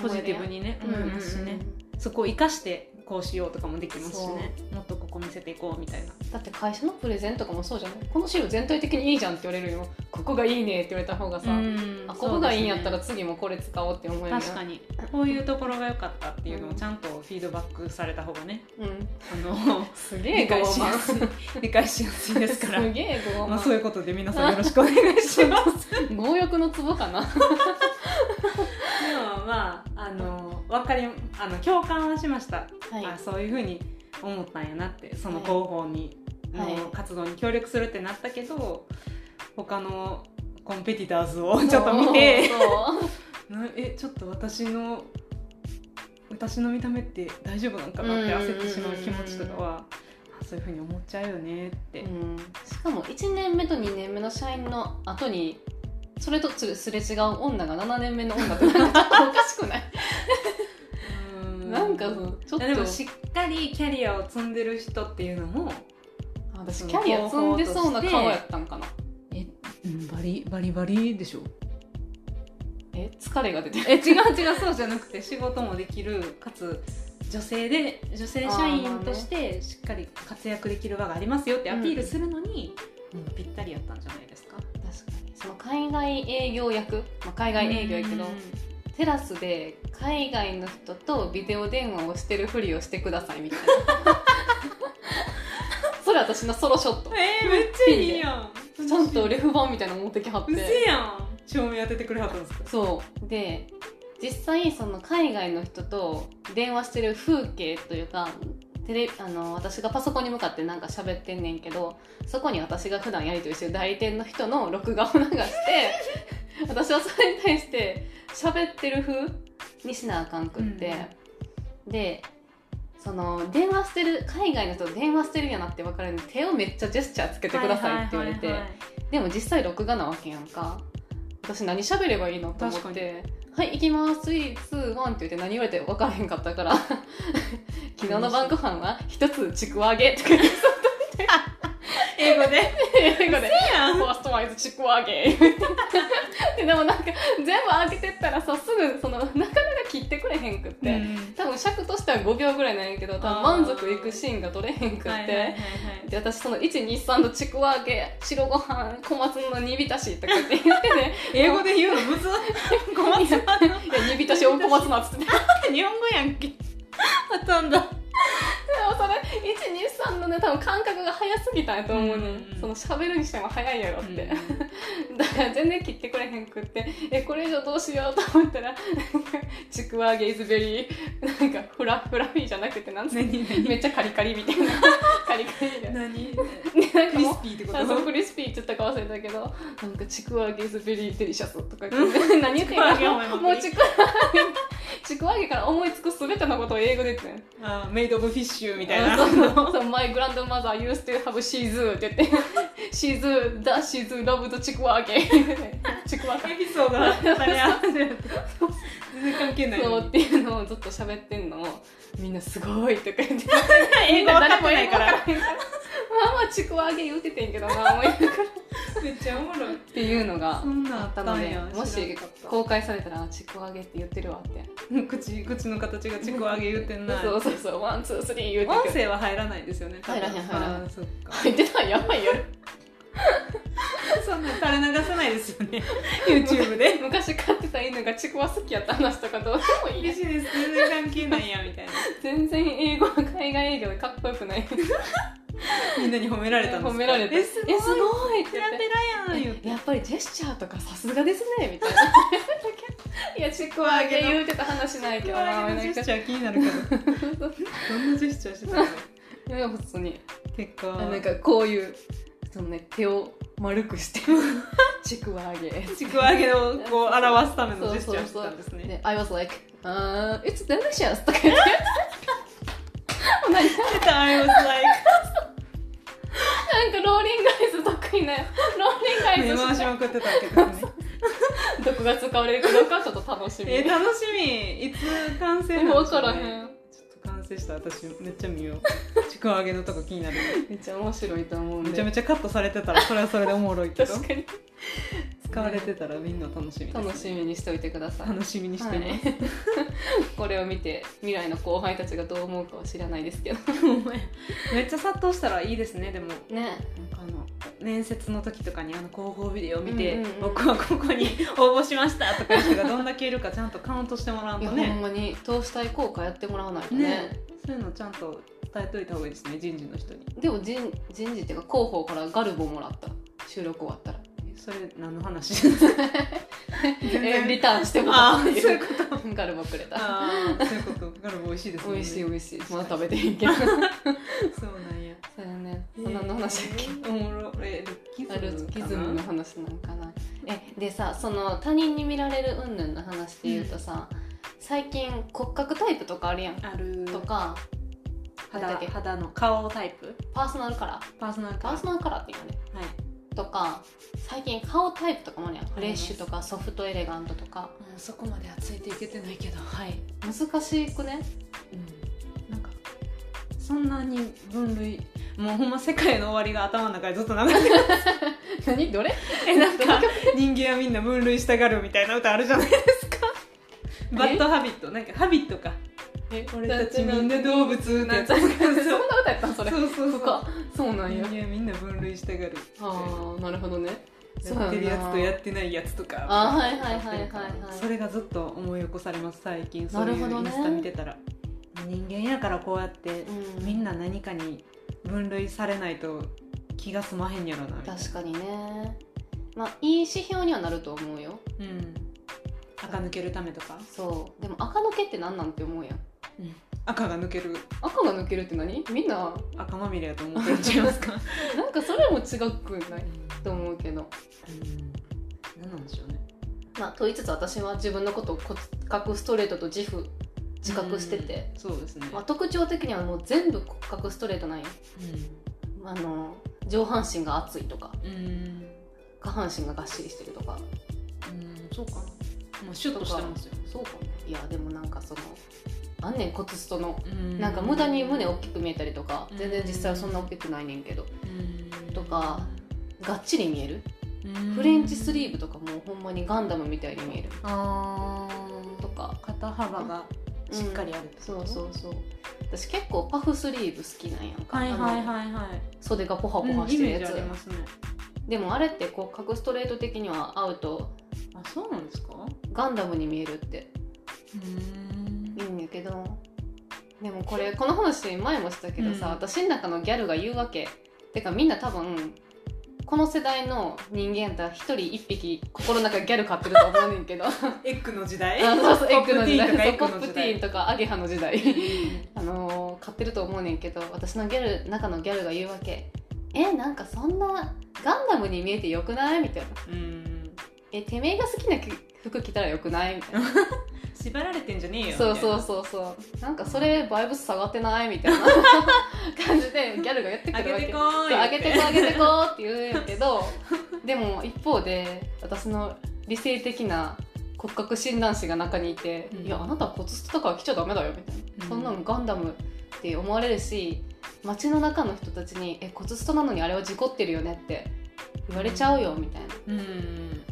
S2: ポジティブ
S1: に
S2: にね
S1: 思
S2: 思
S1: い
S2: い
S1: ま
S2: ますすし
S1: しね、
S2: ねそこを生かしてこうしようとかもできますしねもっとここ見せていこうみたいな
S1: だって会社のプレゼンとかもそうじゃないこの資料全体的にいいじゃんって言われるよここがいいねって言われた方がさ、あここがいいんやったら次もこれ使おうって思えるやん
S2: 確かにこういうところが良かったっていうのをちゃんとフィードバックされた方がね
S1: うん、
S2: あの
S1: すげ え
S2: 理
S1: 傲
S2: 解しやすい
S1: 慢
S2: 理解しやすいですから
S1: すげえ傲慢、
S2: まあ、そういうことで皆さんよろしくお願いします
S1: 強欲のツボかな
S2: でもまああのわかりあの共感 はしました、
S1: はい
S2: あそういうふうに思ったんやなってその広報に、
S1: はい
S2: の
S1: はい
S2: 活動に協力するってなったけど他のコンペティターズ をちょっと見て
S1: そう
S2: なえちょっと私の私の見た目って大丈夫なんかなって焦ってしまう気持ちとかはあそういうふうに思っちゃうよねって、
S1: そううんしかも1年目と2年目の社員の後にそれとつるすれ違う女が7年目の女ってなんかちょっとおかしくないなんかそのちょっ
S2: いやでも
S1: と
S2: しっかりキャリアを積んでる人っていうのも、
S1: あ私キャリア積んでそうな顔やったんかな
S2: バリバリバリでしょ
S1: え疲れが出てる
S2: え違う違うそうじゃなくて 仕事もできるかつ女性で女性社員としてしっかり活躍できる場がありますよってアピールするのに、もうぴったりやったんじゃないですか
S1: 確かにその海外営業役、まあ、海外営業やけど、テラスで海外の人とビデオ電話をしてるふりをしてくださいみたい なそれ私のソロショット
S2: えー、めっちゃいいやん
S1: ちゃんとレフ板みたいなの持ってきはっ
S2: う
S1: て
S2: やん照明当ててくれはったんですか
S1: そうで実際その海外の人と電話してる風景というかテレあの私がパソコンに向かってなんか喋ってんねんけどそこに私が普段やり取りしてる代理店の人の録画を流して 私はそれに対して喋ってる風にしなあかんくって、でその電話してる海外の人と電話してるんやなって分かるのに手をめっちゃジェスチャーつけてくださいって言われて、
S2: はいはいはい
S1: でも実際録画なわけやんか私何喋ればいいのと思って「はい行きます321」って言って何言われて分からへんかっ たから「昨日の晩ご飯は一つちくわ揚げ」とか言って
S2: 英語で
S1: 英語で「
S2: や
S1: ファーストワイズちくわ揚げ」ででもなんか全部開けてったらさすぐそのなかなか切ってくれへんくって、
S2: うん
S1: 多分尺としては5秒ぐらいなんやけど多分満足いくシーンが取れへんくって。
S2: はいはいはいはい
S1: で私その123のちくわ揚げ白ご飯小松菜の煮浸しとかって言ってね
S2: 英語で言うのむずっ小松菜の
S1: いや煮浸し大小松菜っつってて
S2: 日本語やんけあったんだ
S1: でももそれ123のね多分感覚が早すぎたんやと思うね、
S2: うんうん
S1: ん、その喋るにしても早いやろっ
S2: うん
S1: て、だから全然切ってくれへんくってえこれ以上どうしようと思ったら なんかちくわゲイズベリーなんかフラフラフィーじゃなくてなんつって
S2: 何何
S1: めっちゃカリカリみたいな カリカリみたいな
S2: 何
S1: でなん
S2: クリ
S1: かもう
S2: スピーってこ
S1: あそうク
S2: と
S1: リスピーって言ったか忘れたけどなんかちくわゲイズベリーデリシャスとか言って 何
S2: ち
S1: 言ってん
S2: くわ揚げ
S1: の
S2: お前
S1: もうちくわちくわげから思いつく全てのことを英語で言ってん
S2: あメイド・オブ・フィッシュみたいな
S1: あそうそうマイグランドマザー used to have シーズーって言 ってシーズーだシーズーラブとちくわげちくわげ
S2: エピソードが2人合ってる全然関係ない
S1: そ
S2: の
S1: うっ
S2: に
S1: ていうのをずっと喋ってんのをみんなすごいとか言って
S2: 英語わかってないから
S1: 誰も英語わからへんからまあまあちくわげ言うててんけどな思いながら
S2: めっちゃおもろい
S1: っていうのが
S2: そんなん
S1: あ
S2: あ
S1: っ
S2: ったた
S1: の
S2: ん
S1: で
S2: や
S1: も
S2: 知ら
S1: し
S2: んかった
S1: 公開されたらあちくわげって言ってるわって
S2: 口口の形がちくわ揚げ言ってんな
S1: そうそうそうワンツースリー言うて
S2: 音
S1: くる
S2: 声は入らないですよね多分
S1: 入らへん入らへん
S2: あーそっか
S1: 入ってたんやばいやろ
S2: そんな垂れ流さないですよね YouTube で
S1: 昔飼ってた犬がちくわ好きやった話とかどうでもいい
S2: ビ
S1: や
S2: ジネス全然関係ないやみたいな
S1: 全然英語は海外営業でかっこよく ない
S2: みんなに褒められたんです
S1: 褒められて
S2: えすごい
S1: えすごいって
S2: ペ
S1: 言っ
S2: ラ
S1: て
S2: ペラやん言って
S1: やっぱりジェスチャーとかさすがですねみたいないやちくわげ言うてた話ないけどな
S2: のジェスチャー気になるけどどんなジェスチャーしてたの
S1: いや普通に
S2: 結果
S1: なんかこういうそのね手を丸くしてちくわげ
S2: ちくわ揚げをこう表すためのジェスチャーをしてたん ですね
S1: で I was like uh, it's delicious とか言ってもう何
S2: 出た I was like
S1: なんかローリングアイズ得意なローリン
S2: 目
S1: グアイ
S2: 回
S1: ズ
S2: しまくってたわけ ですね
S1: どこが使われるかどうかちょっと楽しみ
S2: えー楽しみいつ完成な
S1: で
S2: んで
S1: も
S2: しょうね
S1: 分からへん
S2: ちょっと完成した私めっちゃ見ようちくわ揚げのとこ気になる
S1: めっちゃ面白いと思うんで
S2: めちゃめちゃカットされてたらそれはそれでおもろいけど
S1: 確かに
S2: 使われてたらみんな楽しみです、
S1: 楽しみにしておいてください
S2: 楽しみにしてます、
S1: はいこれを見て未来の後輩たちがどう思うかは知らないですけど
S2: めっちゃ殺到したらいいですねでもなんか
S1: ね
S2: あの面接の時とかにあの広報ビデオ見て、
S1: うんうんうん
S2: 僕はここに応募しましたとかいう人がどんだけいるかちゃんとカウントしてもらう
S1: いや
S2: と
S1: ほん
S2: ね
S1: まに投資対効果やってもらわないと
S2: ね
S1: ね
S2: そういうのちゃんと伝えといた方がいいですね人事の人に
S1: でも人人事っていうか広報からガルボもらった収録終わったら
S2: それ何の話ですか全
S1: え
S2: 然
S1: リターンしてもら
S2: あ
S1: った
S2: あ
S1: って
S2: そう
S1: い
S2: いう
S1: う
S2: こ
S1: ガルボくれ
S2: と
S1: た
S2: ああそういうことガルボ美味しいですもん
S1: 美
S2: ね
S1: 味しい美味しいまだ食べてへ んけどそ
S2: そうなんや
S1: うやね何の話だっけ
S2: えーおもろえルッキズム
S1: ア
S2: かな
S1: ルツキズムの話なんかなえでさその他人に見られる云々の話で言うとさ、最近骨格タイプとかあるやん
S2: ある
S1: とかなんだ
S2: 肌
S1: っけ
S2: 肌の顔タイプ
S1: パーソナルカラー
S2: パーソナルカ
S1: パ
S2: ラ
S1: ー
S2: ー
S1: ソナルカラーって言うのね
S2: はい
S1: とか最近顔タイプとかもあるやん
S2: ます
S1: フレッシュとかソフトエレガントとか
S2: うんそこまではついていけてないけどはい、
S1: 難しくね
S2: うん、なんかそんなに分類もうほんま世界の終わりが頭の中でずっと流れ てる
S1: 何どれ
S2: えなんか人間はみんな分類したがるみたいな歌あるじゃないですかバッドハビットなんかハビットか
S1: え
S2: 俺たちみんな動物って
S1: な
S2: や
S1: ん
S2: つ
S1: ちゃ
S2: そ
S1: そん
S2: う
S1: な歌やったんそ れ
S2: そうそう
S1: とかそうなん
S2: 人
S1: や
S2: 間みんな分類したがる
S1: ああなるほどねそうや
S2: や
S1: な
S2: ってるやつとやってないやつとか
S1: あーはいはいはいはいはい
S2: それがずっと思い起こされます最近そう
S1: ないる
S2: うイ
S1: ほど
S2: ン
S1: ね
S2: スタ見てたら、人間やからこうやって
S1: うん
S2: みんな何かに分類されないと気が済まへんやろなみたいな
S1: 確かにねまあいい指標にはなると思うよ
S2: うん赤抜けるためとか
S1: そうでも赤抜けって何なんって思うやん
S2: 赤が抜ける
S1: 赤が抜けるって何みんな
S2: 赤まみれやと思ってるんちゃいますか、
S1: なんかそれも違く ないと
S2: う
S1: 思うけど
S2: ん何なんでしょうね
S1: まあと言いつつ私は自分のことを骨格ストレートと自負自覚してて、
S2: うんそうですね、
S1: まあ、特徴的にはもう全部骨格ストレートなんよあの上半身が厚いとか
S2: うんうん
S1: 下半身ががっしりしてるとか
S2: うんそうかなもうシュッとしてますよ
S1: そうかないやでもなんかそのあんねん骨ストの
S2: うん
S1: なんか無駄に胸大きく見えたりとか
S2: うん
S1: 全然実際はそんな大きくないねんけど
S2: うん
S1: とかがっちり見えるフレンチスリーブとかもうほんまにガンダムみたいに見える
S2: あ
S1: とか
S2: 肩幅がしっかりあるって
S1: そうそうそう私結構パフスリーブ好きなんやんか、
S2: はいはい
S1: あの
S2: はいはい
S1: 袖がポハポハ
S2: イ
S1: して
S2: メ
S1: る
S2: ージ
S1: や
S2: あり
S1: つ、
S2: ますね
S1: でもあれってこう格ストレート的には合うと
S2: あそうなんですか
S1: ガンダムに見えるって
S2: うん
S1: 言うんやけどでもこれこの話前もしたけどさ、
S2: うん
S1: 私の中のギャルが言うわけてかみんな多分この世代の人間やったら一人一匹心の中でギャル飼ってると思うねんけど あ
S2: エッグの時代
S1: そう そうエッグの時
S2: ポップティーンとかエッグの時
S1: 代そうポップティー
S2: 代
S1: ンとかアゲハの時代あのー飼ってると思うねんけど私のギャル中のギャルが言うわけえなんかそんなガンダムに見えてよくないみたいな
S2: うん
S1: えてめえが好きな服着たらよくないみたいな
S2: 縛られてんじゃねえよ
S1: そうそう
S2: み
S1: そうそうなんかそれバイブス下がってないみ たいな感じでギャルがやって
S2: た
S1: く
S2: い
S1: る
S2: な
S1: わ
S2: あげ
S1: け
S2: て
S1: そ
S2: こ
S1: う
S2: ーいっ
S1: 上げてこ上げてこーって言うんやけどでも一方で私の理性的な骨格診断士が中にいて「
S2: うん
S1: いやあなたは骨質とかは来ちゃダメだよ」みたいな、
S2: うん
S1: そんなのガンダムって思われるし街の中の人たちに「え骨質なのにあれは事故ってるよね」って言われちゃうよみたいな
S2: うん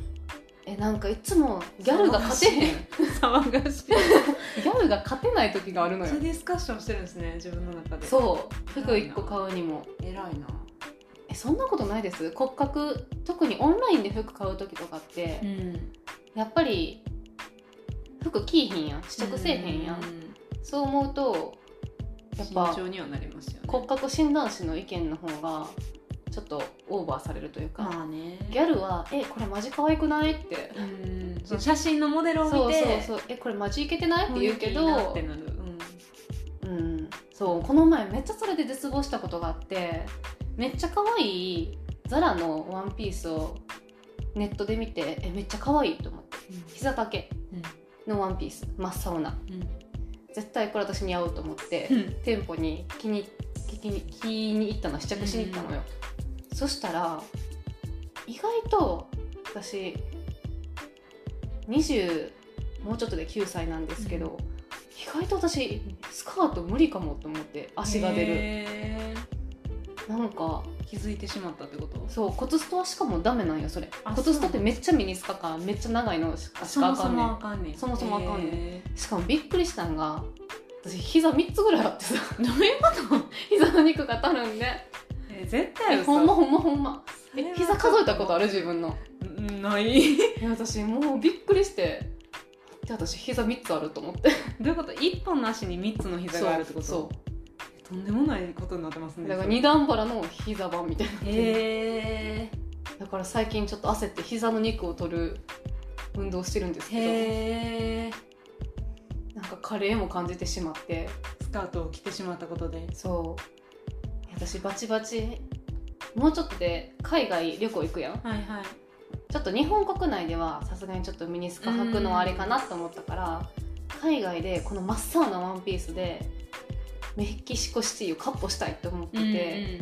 S1: えなんかいつもギャルが勝てへん
S2: 騒がしい
S1: ギャルが勝てない時がある
S2: め
S1: の
S2: っ
S1: よ
S2: ちゃディスカッションしてるんですね自分の中でう
S1: そう服1個買うにも
S2: 偉いな
S1: えそんなことないです骨格特にオンラインで服買う時とかって、
S2: ん
S1: やっぱり服着いひんやん試着せえへんやん、そう思うとやっぱ
S2: 慎重にはなりますよね
S1: 骨格診断士の意見の方がちょっとオーバーされるというか、
S2: まあね
S1: ギャルは「えこれマジ可愛くない?」って
S2: うんその写真のモデルを見て
S1: そうそうそう「えこれマジイケてない?」って言うけ
S2: 雰囲気いいな
S1: ど
S2: ってなるうん
S1: うん、そうこの前めっちゃそれで絶望したことがあってめっちゃ可愛いザラのワンピースをネットで見てえめっちゃ可愛いと思って膝丈のワンピース真っ青な絶対これ私似合うと思って、店舗に気に気に気に入ったの試着しに行ったのよ、そしたら意外と私20もうちょっとで9歳なんですけど、意外と私スカート無理かもと思って足が出る、
S2: る
S1: なんか
S2: 気づいてしまったってこと
S1: そう骨ストはしかもダメなんよそれ
S2: あ
S1: 骨ストってめっちゃミニスカかめっちゃ長いのしかし
S2: そ
S1: かあ
S2: も
S1: か
S2: そ
S1: んね
S2: もあ
S1: ん
S2: かんねん
S1: そもそもあかんねん
S2: へ
S1: しかもびっくりしたんが私膝3つぐらいあってさ
S2: ーどういうこと
S1: 膝の肉がたるんで
S2: え絶対嘘
S1: ほんまほんまほんま
S2: それ
S1: え
S2: は
S1: 膝数えたことある自分の
S2: うんない
S1: いや私もうびっくりしてで私膝3つあると思って
S2: どういうこと一本の足に三つの膝があるってこと
S1: そう
S2: とんでもないことになってます
S1: そう
S2: ね
S1: だから二段バラの膝版みたいな
S2: へえ
S1: だから最近ちょっと焦って膝の肉を取る運動してるんですけ
S2: へえ
S1: どなんか加齢も感じてしまって
S2: スカートを着てしまったことで
S1: そう私バチバチもうちょっとで海外旅行行くやん
S2: はいはい
S1: ちょっと日本国内ではさすがにちょっとミニスカ履くのはあれかなと思ったから海外でこの真っ青なワンピースでメキシコシティをカッポしたいと思ってて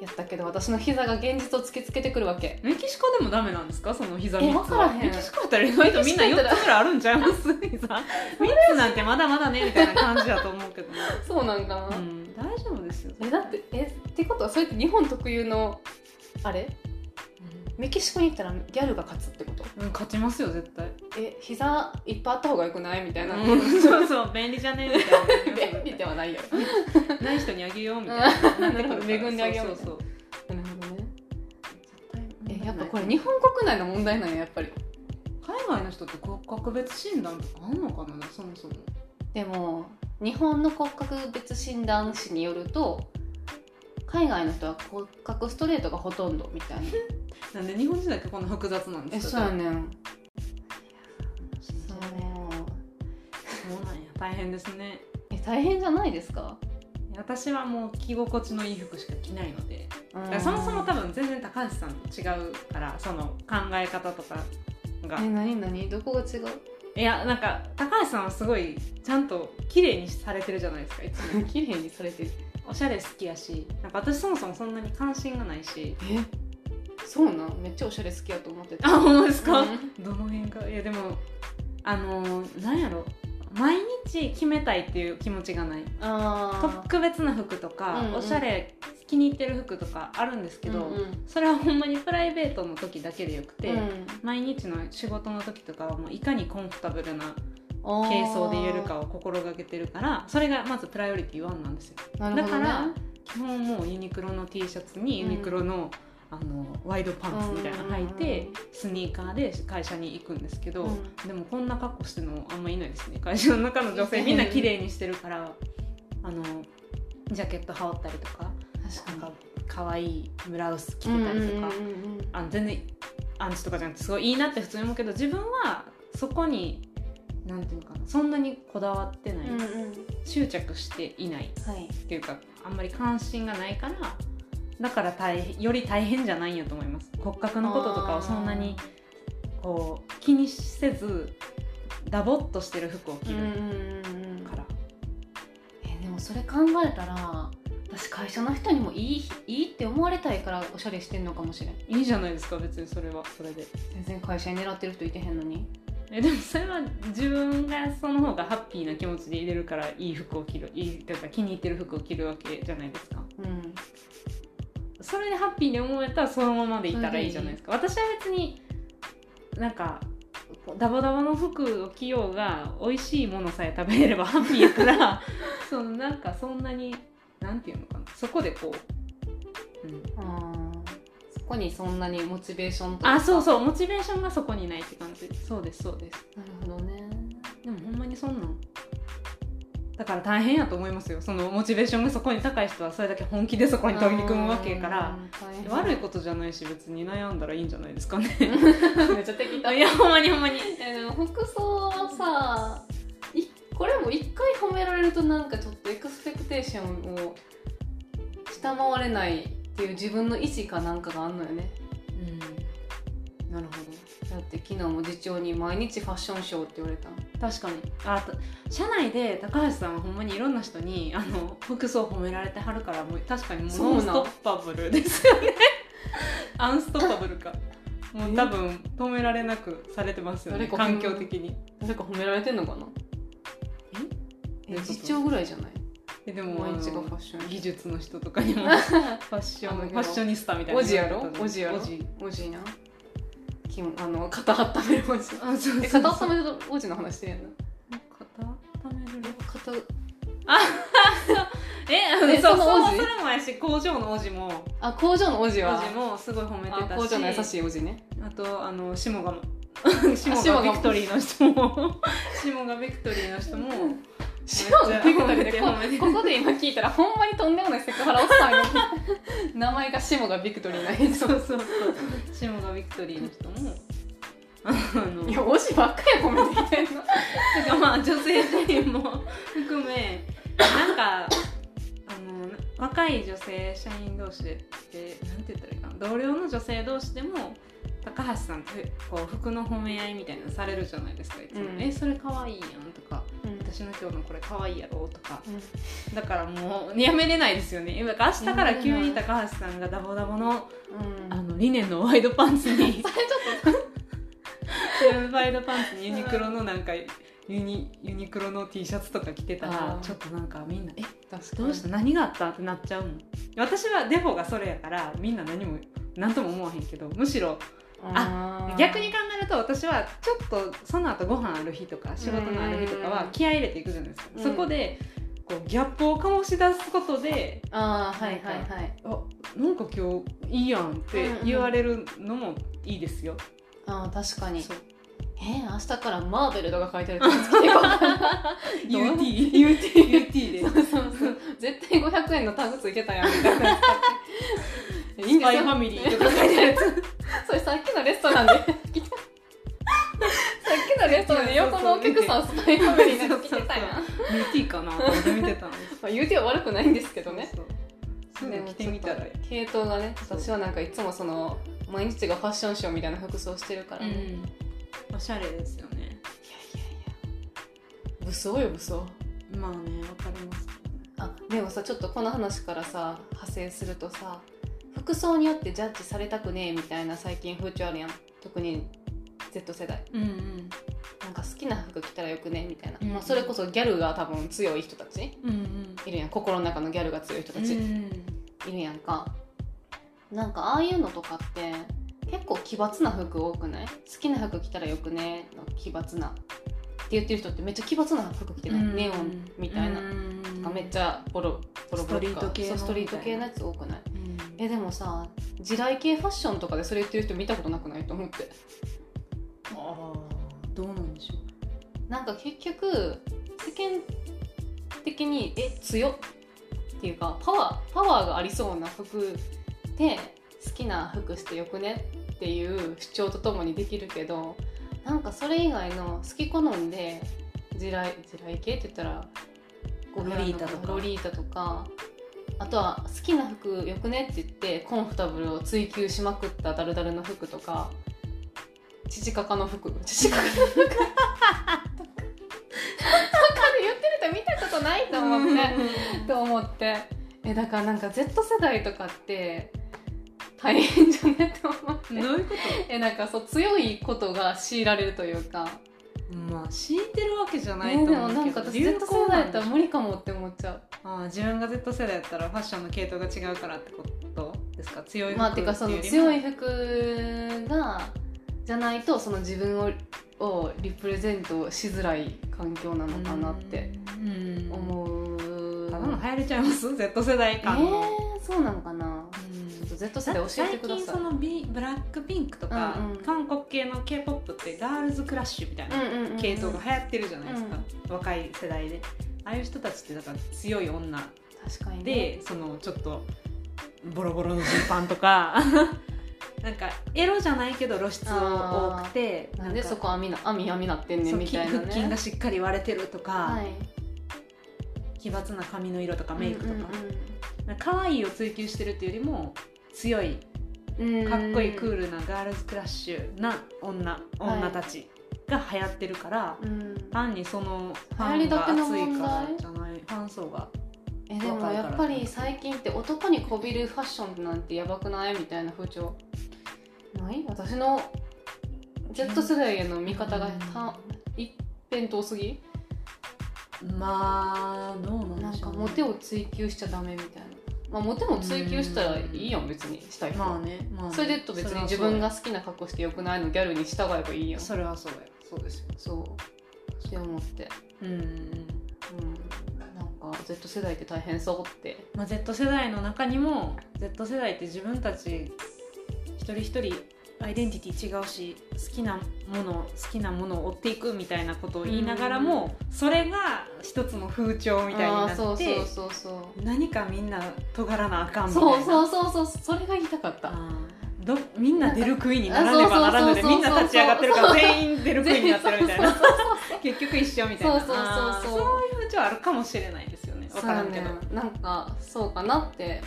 S1: やったけど、私の膝が現実を突きつけてくるわけ
S2: メキシコでもダメなんですかその膝三つ
S1: え
S2: は
S1: わからへ
S2: メ
S1: ん
S2: キシコやったら意外とみんな
S1: メ
S2: 四
S1: キ
S2: つぐ
S1: シコや
S2: らいあるんちゃいます 膝三つなんてまだまだねみたいな感じだと思うけどね
S1: そうなんか
S2: う
S1: な、
S2: ん大丈夫ですよ
S1: えだってえってことはそれって日本特有のあれメキシコに行ったらギャルが勝つってこと
S2: うん勝ちますよ絶対
S1: え膝いっぱいあった方がよくな いみたいな、
S2: うんそうそう便利じゃねえみたいな
S1: 便利ではないよ
S2: ない人にあげようみたいな
S1: うんなるほど恵んであげようみたいな
S2: そう
S1: なるほ
S2: そ
S1: どね
S2: う
S1: えやっぱこれ日本国内の問題なんややっぱり
S2: 海外の人って骨格別診断とかあんのかなそもそも
S1: でも日本の骨格別診断士によると海外の人は骨格ストレートがほとんどみたいな
S2: なんで日本人だけこんな複雑なんですか
S1: ねん
S2: そ
S1: そうう
S2: なんや大変ですね
S1: え大変じゃないですか
S2: 私はもう着心地のいい服しか着ないのでだから
S1: そ
S2: そもそも多分全然高橋さんと違うからその考え方とかが
S1: え何何どこが違う
S2: いやなんか高橋さんはすごいちゃんと綺麗にされてるじゃないですかいつも
S1: 綺麗にされてる
S2: おしゃれ好きやしなんか私そもそもそんなに関心がない し
S1: えそうなんめっちゃおしゃれ好きやと思ってた
S2: あほんまですか、
S1: うん
S2: どの辺がいやでもあのーなんやろ毎日決めたいっていう気持ちがない
S1: あ
S2: 特別な服とか、
S1: うんうん
S2: おしゃれ気に入ってる服とかあるんです
S1: ー
S2: けど、
S1: うんうん
S2: それはほんまにプライベートの時だけでよくて、
S1: うん
S2: 毎日の仕事の時とかはもういかにコンフォタブルな
S1: あー
S2: 軽装で言えるかを心がけてるからそれがまずプライオリティ1なんですよ
S1: なるほどね
S2: だから基本もうユニクロの T シャツにユニクロの,、あのワイドパンツみたいなの履いて、
S1: うん
S2: スニーカーで会社に行くんですけど、
S1: うん
S2: でもこんな格好してるのあんまいないですね会社の中の女性みんな綺麗にしてるからあのジャケット羽織ったりとかなん
S1: 確か
S2: か可愛いブラウス着てたりとか、あの全然アンチとかじゃなくてすごいいいなって普通に思うけど自分はそこになんていうのかなそんなにこだわってない、
S1: うんうん
S2: 執着していない
S1: はい
S2: っていうかあんまり関心がないからだから大変より大変じゃないんやと思います骨格のこととかをそんなにこう気にせずダボっとしてる服を
S1: う
S2: 着
S1: んうん
S2: る
S1: うんうん
S2: から、
S1: えーでもそれ考えたら私会社の人にもいいいいって思われたいからおしゃれしてんのかもしれん
S2: いいじゃないですか別にそれはそれで
S1: 全然会社に狙ってる人いてへんのに
S2: えでもそれは自分がその方がハッピーな気持ちで入れるからいい服を着るいいというか気に入ってる服を着るわけじゃないですか
S1: うん
S2: それでハッピーに思えたらそのままでいたらいいじゃないですか、私は別になんかこうダボダボの服を着ようが美味しいものさえ食べれればハッピーやから そのなんかそんなになんていうのかなそこでこう、うん、
S1: あーそこにそんなにモチベーションとか
S2: あそうそうモチベーションがそこにないって感じそうですそうです
S1: なるほどね
S2: でもほんまにそんなんだから大変やと思いますよそのモチベーションがそこに高い人はそれだけ本気でそこに取り組むわけやから悪いことじゃないし別に悩んだらいいんじゃ ないですかね
S1: とめっちゃ適当
S2: いやほんまにほんまに
S1: えでも服装はさいこれも一回褒められるとなんかちょっとエクスペクテーションを下回れないっていう自分の意思かなんかがあんのよね
S2: なるほ
S1: だって昨日も次長に毎日ファッションショーって言われた
S2: ど確かにあと社内で高橋さんはほんまにいろんな人にあの服装褒められてはるからもう確かにもう
S1: そう
S2: ノン
S1: な
S2: スト
S1: ん
S2: ッパブルです よね アンストッパブルかもう多分止められなくされてますよね
S1: 誰か
S2: 環境的に
S1: 誰か褒められてんのかな
S2: え
S1: え次長ぐらいじゃない
S2: えでも
S1: 毎日
S2: あ
S1: が
S2: の
S1: ファッションシ
S2: 技
S1: ョ
S2: 術の人とかに もファ
S1: ー
S2: ッショ
S1: あの
S2: ンファッショニスタみたいな
S1: おじやろおじやろ
S2: おじ
S1: おじいなきんあの肩温めるおじ
S2: あそう
S1: え肩温めるおじの話してるやんな
S2: 固める
S1: 肩
S2: え
S1: え
S2: そう
S1: その
S2: そう
S1: お
S2: そ
S1: じ
S2: れもやし工場のおじも
S1: あ工場のおじは
S2: おじもすごい褒めて
S1: あ
S2: たし
S1: 工場の優しいおじね
S2: あとあの下が
S1: あ
S2: 下
S1: 下
S2: が
S1: が
S2: ビクトリーの人も下がビクトリーの人も
S1: しかもビクトリーでこ
S2: 褒めてる
S1: ここで今聞いたらほんまにとんでもないセクハラおっさん よ名前がシモがビクトリーなんや
S2: そうそうそう下がビクトリーの人もあの
S1: いやおじばっかり褒めてきてんの
S2: てかまあ女性陣も含めなんかあの若い女性社員同士でってなんて言ったらいいかな同僚の女性同士でも高橋さんってこう服の褒め合いみたいなのされるじゃないですかいつも
S1: う
S2: 「
S1: ん
S2: えそれかわいいやん」とか「
S1: 私
S2: 私の今日のこれかわいいやろ」とかだからもうやめれないですよねだから明日から急に高橋さんがダボダボの
S1: うん
S2: あ
S1: あ
S2: のリネンのワイドパンツに
S1: それちょっと
S2: ワイドパンツにユニクロのなんかユニユニクロの T シャツとか着てたら
S1: あー
S2: ちょっとなんかみんな「え
S1: 確
S2: どうした何があった?」ってなっちゃうもん私はデフォがそれやからみんな何も何とも思わへんけどむしろ
S1: あ
S2: 逆に考えると私はちょっとその後ご飯ある日とか仕事のある日とか
S1: う
S2: は
S1: ん
S2: 気合い入れていくじゃないですか、
S1: うん
S2: そこでこうギャップを醸し出すことで
S1: あーはいはいはい
S2: 「あなんか今日いいやん」って言われるのもいいですよ、
S1: あー確かに
S2: そう
S1: えー明日からマーベルとか書いてあるやつ着てこうかな
S2: UT UT で
S1: そうそうそう絶対500円のタグついてた やんみたいなやつ買っていい
S2: ス
S1: んです
S2: パイ
S1: よ
S2: ファミリーとか書いてあるやつ
S1: それさっきのレストランで さっきのレストランで横のお客さんスパイファミリーのやつ来てたやん
S2: そう UT かなと思って見てたんです
S1: まあ言うては悪くないんですけどね
S2: そうそうそういうの着てみたらいい、
S1: 系統がね私はなんかいつもその毎日がファッションショーみたいな服装してるからね、いやいやい
S2: おしゃれですよね
S1: や武装よ武装
S2: まあねわかります
S1: あでもさちょっとこの話からさ派生するとさ服装によってジャッジされたくねえみたいな最近風潮あるやん特に Z 世代
S2: うんうん
S1: なんか好きな服着たらよくねみたいな、
S2: うん
S1: まあ、それこそギャルが多分強い人たち
S2: うんうん
S1: いるやん心の中のギャルが強い人たち、
S2: うん
S1: いるやんかなんかああいうのとかって結構奇抜な服多くない好きな服着たらよくねの奇抜なって言ってる人ってめっちゃ奇抜な服着てない、ネオンみたいな、なんかめっち
S2: ゃ、
S1: ゃボロボロボ
S2: ス
S1: ロとか
S2: トリート系の
S1: そうストリート系のやつ多くない
S2: うん
S1: えでもさ地雷系ファッションとかでそれ言ってる人見たことなくないと思って
S2: あーどうなんでしょう
S1: なんか結局世間的にえ強っっていうかパワーパワーがありそうな服で好きな服してよくねっていう主張とともにできるけどなんかそれ以外の好き好んで地雷地雷系って言ったら
S2: ロリータとか
S1: ロリータとかあとは好きな服よくねって言ってコンフォータブルを追求しまくったダルダルの服とかチチカカの服チチカカの服とかとかで言ってると見たことないと思って。と思ってえだからなんか Z 世代とかって大変じゃねと思っ
S2: どう
S1: て
S2: いうこ
S1: えなんかそう強いことが強いられるというか
S2: とまあ敷いてるわけじゃない
S1: え
S2: と
S1: でも
S2: 思
S1: な
S2: うんけ
S1: か
S2: ど
S1: 私 Z 世代やった
S2: 流行なんでし
S1: ら
S2: ょ
S1: 無理かもって思っちゃ
S2: あー自分が Z 世代やったらファッションの系統が違うからってことですか強いう服
S1: まあてかその
S2: ってうよ
S1: 強
S2: り
S1: い
S2: も
S1: 服がじゃないとその自分ををリプレゼントしづらい環境なのかなって
S2: うん
S1: 思う
S2: ただの流行れちゃいます Z 世代
S1: え
S2: 感の、
S1: ー、そうなのかな
S2: うん
S1: ちょっと Z 世代教えてくだ
S2: 最近
S1: さい
S2: そのビブラックピンクとか、
S1: うんうん
S2: 韓国系の k p o p ってガールズクラッシュみたいな
S1: うんうんうん
S2: 系統が流行ってるじゃないですか、若い世代でああいう人たちってだから強い女
S1: 確かにね
S2: でそのちょっとボロボロのジーパンとか なんかエロじゃないけど露出多くて
S1: なんで
S2: か
S1: そこ網な網網なってんね
S2: そ
S1: ん
S2: う
S1: みたいなね
S2: 腹筋がしっかり割れてるとか、
S1: はい
S2: 奇抜な髪の色とかメイクとか,、
S1: う
S2: 可愛いを追求してるっていうよりも強い
S1: んうんうん
S2: かっこいいクー
S1: ル
S2: ルなガールズクラッシュな女
S1: はい
S2: 女たちが流行ってるから、
S1: うん
S2: 単にそのフ
S1: 流
S2: ァ
S1: 行
S2: ン
S1: り
S2: が
S1: だけの
S2: 熱い
S1: 問題
S2: からじゃないファン層が
S1: えでもやっぱり最近って男にこびるファッションなんてやばくないみたいな風潮ない私の Z 世代への見方がた一辺倒すぎ
S2: まあどうなん
S1: なん
S2: でし
S1: か
S2: ょうね、
S1: モテを追求しちゃダメみたいなまあモテも追求したらいいやん別にしたい人
S2: まあ
S1: は
S2: ね、まあね
S1: それで言うと別に自分が好きな格好してよくないのギャルに従えばいいやん
S2: それはそうやそうですよ
S1: そうって思って
S2: うん、
S1: うんなんか Z 世代って大変そうって
S2: まあ、Z 世代の中にも Z 世代って自分たち一人一人アイデンティティ違うし好きなもの好きなものを追っていくみたいなことを言いながらもそれが一つの風潮みたいになって
S1: あーそうそうそうそう
S2: 何かみんな尖らなあかんみたいな
S1: そうそうそうそうそれが言いたかった
S2: あーどみんな出る杭にならねばならぬで
S1: あそう
S2: み
S1: そうそうそう
S2: んな立ち上がってるから全員出る杭になってるみたいな
S1: そうそう
S2: 結局一緒みたいな
S1: そうそうそう
S2: あー
S1: そう
S2: そういう風潮あるかもしれないですよね
S1: そう
S2: 分からんけど、
S1: そうやねなんかそうかなって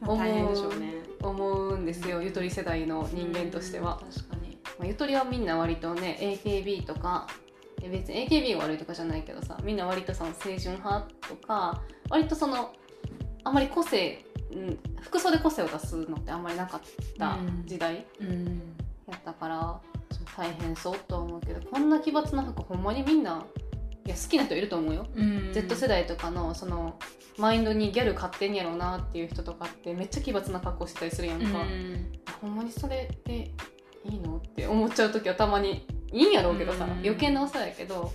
S2: まあ大変でしょうね
S1: 思うんですよゆとり世代の人間としては、
S2: うん確かに
S1: まあゆとりはみんな割とね AKB とかえ別に AKB が悪いとかじゃないけどさみんな割とその青春派とか割とそのあんまり個性うん服装で個性を出すのってあんまりなかった
S2: うん
S1: 時代
S2: うん
S1: やったから大変そうとは思うけどこんな奇抜な服ほんまにみんないや好きな人いると思うよ、Z 世代とかのそのマインドにギャル買ってんやろうなっていう人とかってめっちゃ奇抜な格好してたりするやんか、ほんまにそれでいいのって思っちゃう時はたまにいいんやろうけどさ、
S2: うん
S1: 余計なお世話やけど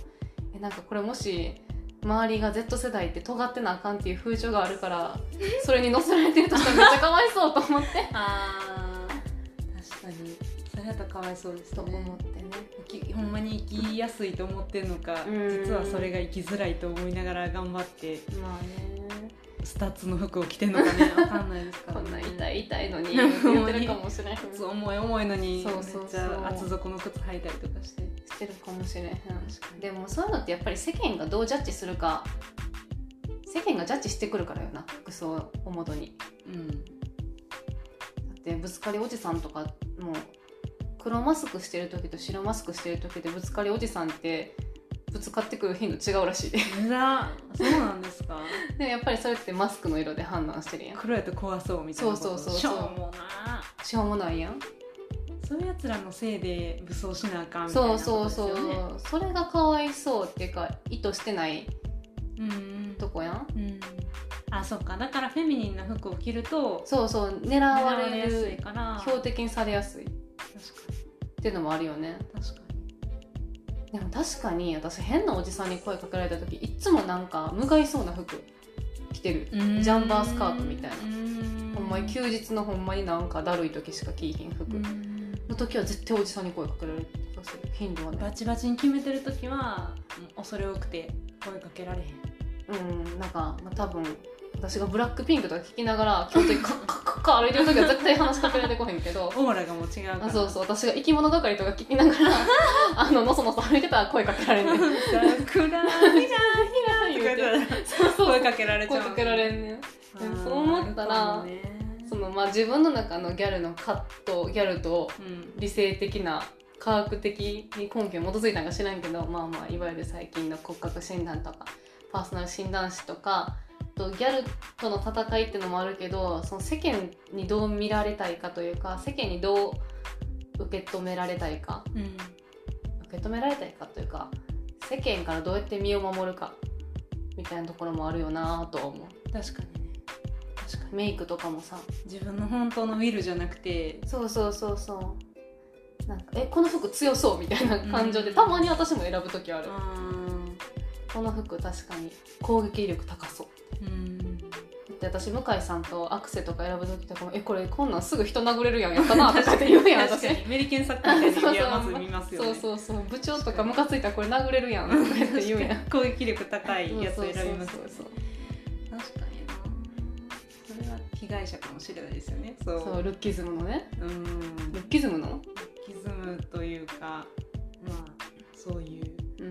S1: えなんかこれもし周りが Z 世代って尖ってなあかんっていう風潮があるからそれに乗せられてるとしたらめっちゃかわいそうと思って
S2: あ確かにそれだとかわいそうです
S1: と思っ
S2: ね
S1: てね
S2: 生きほんまに生きやすいと思ってるのか
S1: うん
S2: 実はそれが生きづらいと思いながら頑張って
S1: まあね
S2: スタッツの服を着てんのか ね分かんないですから
S1: こんな
S2: ね
S1: 痛い痛いのに
S2: う
S1: 言
S2: ん
S1: ってるかも しれへんし
S2: 靴重い重いのに
S1: そ
S2: め
S1: うそうそう
S2: っちゃ厚底の靴履いたりとかして
S1: てるかもしれへ
S2: か
S1: ん
S2: に
S1: でもそういうのってやっぱり世間がどうジャッジするか世間がジャッジしてくるからよな服装をもとに
S2: うん
S1: だってぶつかりおじさんとかもう黒マスクしてる時と白マスクしてる時でぶつかりおじさんってぶつかってくる頻度違うらしいで
S2: うわそうなんですか
S1: でもやっぱりそれってマスクの色で判断してるやん
S2: 黒やと怖そうみたいなこと
S1: そうそうそうそう
S2: しょうもな
S1: しょうもないやん
S2: そういうやつらのせいで武装しなあかんみたいな
S1: そ
S2: こ
S1: う
S2: と
S1: そう
S2: ですよ
S1: そう
S2: ね
S1: それがかわいそうっていうか意図してない
S2: うん
S1: とこやん
S2: うんあそっかだからフェミニンな服を着ると
S1: そうそう狙
S2: 狙
S1: わ
S2: われ
S1: れ
S2: やすい
S1: る
S2: から
S1: 標的にされやすいっ
S2: 確か
S1: ていうのもあるよね
S2: に確か
S1: でも確かに私変なおじさんに声かけられた時いっつもなんか無害そうな服着てる
S2: に
S1: ジャンパースカートみたいな
S2: な
S1: ほんまに休日のほんまになんかだるい時しか着いひん服の時は絶対おじさんに声かけられる頻度はね
S2: バチバチに決めてる時はもう恐れ多くて声かけられへん
S1: うんなんか、まあ、多分私がブラックピンクとか聞きながら京都にカッカッカッカッ歩いてる時は絶対話しかけられてこへんけど
S2: オーラがもう違うから
S1: あそ う
S2: う
S1: そう私が生き物係とか聞きな がらあののそのそ歩いてたら声かけられんねん
S2: 桜じゃん
S1: 言
S2: 言
S1: う
S2: う
S1: て
S2: て
S1: そうそう
S2: 声かけられちゃ
S1: 声
S2: う
S1: かけられんねん
S2: あー
S1: そう思ったら
S2: あるかもね
S1: そのまあ自分の中のギャルのカットギャルと
S2: うん
S1: 理性的な科学的に根拠に基づいたんか知らんけどまあまあいわゆる最近の骨格診断とかパーソナル診断士とかあとギャルとの戦いってのもあるけどその世間にどう見られたいかというか世間にどう受け止められたいか
S2: うん
S1: 受け止められたいかというか世間からどうやって身を守るかみたいなところもあるよなぁとは思
S2: 確かにね確か
S1: う
S2: に
S1: メイクとかもさ
S2: 自分の本当のウィルじゃなくて
S1: そうそうそうそうなんかえこの服強そうみたいな感情で、
S2: うん
S1: たまに私も選ぶ時ある、
S2: うん
S1: この服確かに攻撃力高そう
S2: うん
S1: で私向井さんとアクセとか選ぶ時とかも「えこれこんなんすぐ人殴れるやんやった な」とかって言うやん
S2: 確
S1: 私
S2: かにアメリケンサッカ ーみたいな意味はまず見ますよ
S1: そう
S2: ね
S1: そうそう部長とかムカついたらこれ殴れるやんとかって言 うやん
S2: 攻撃力高いやつ選びますよね
S1: そうそうそうそう
S2: 確かになそれは被害者かもしれないですよねそう
S1: そうルッキズムのね
S2: うーん
S1: ルッキズムなの
S2: キズムというかまあそういう
S1: うん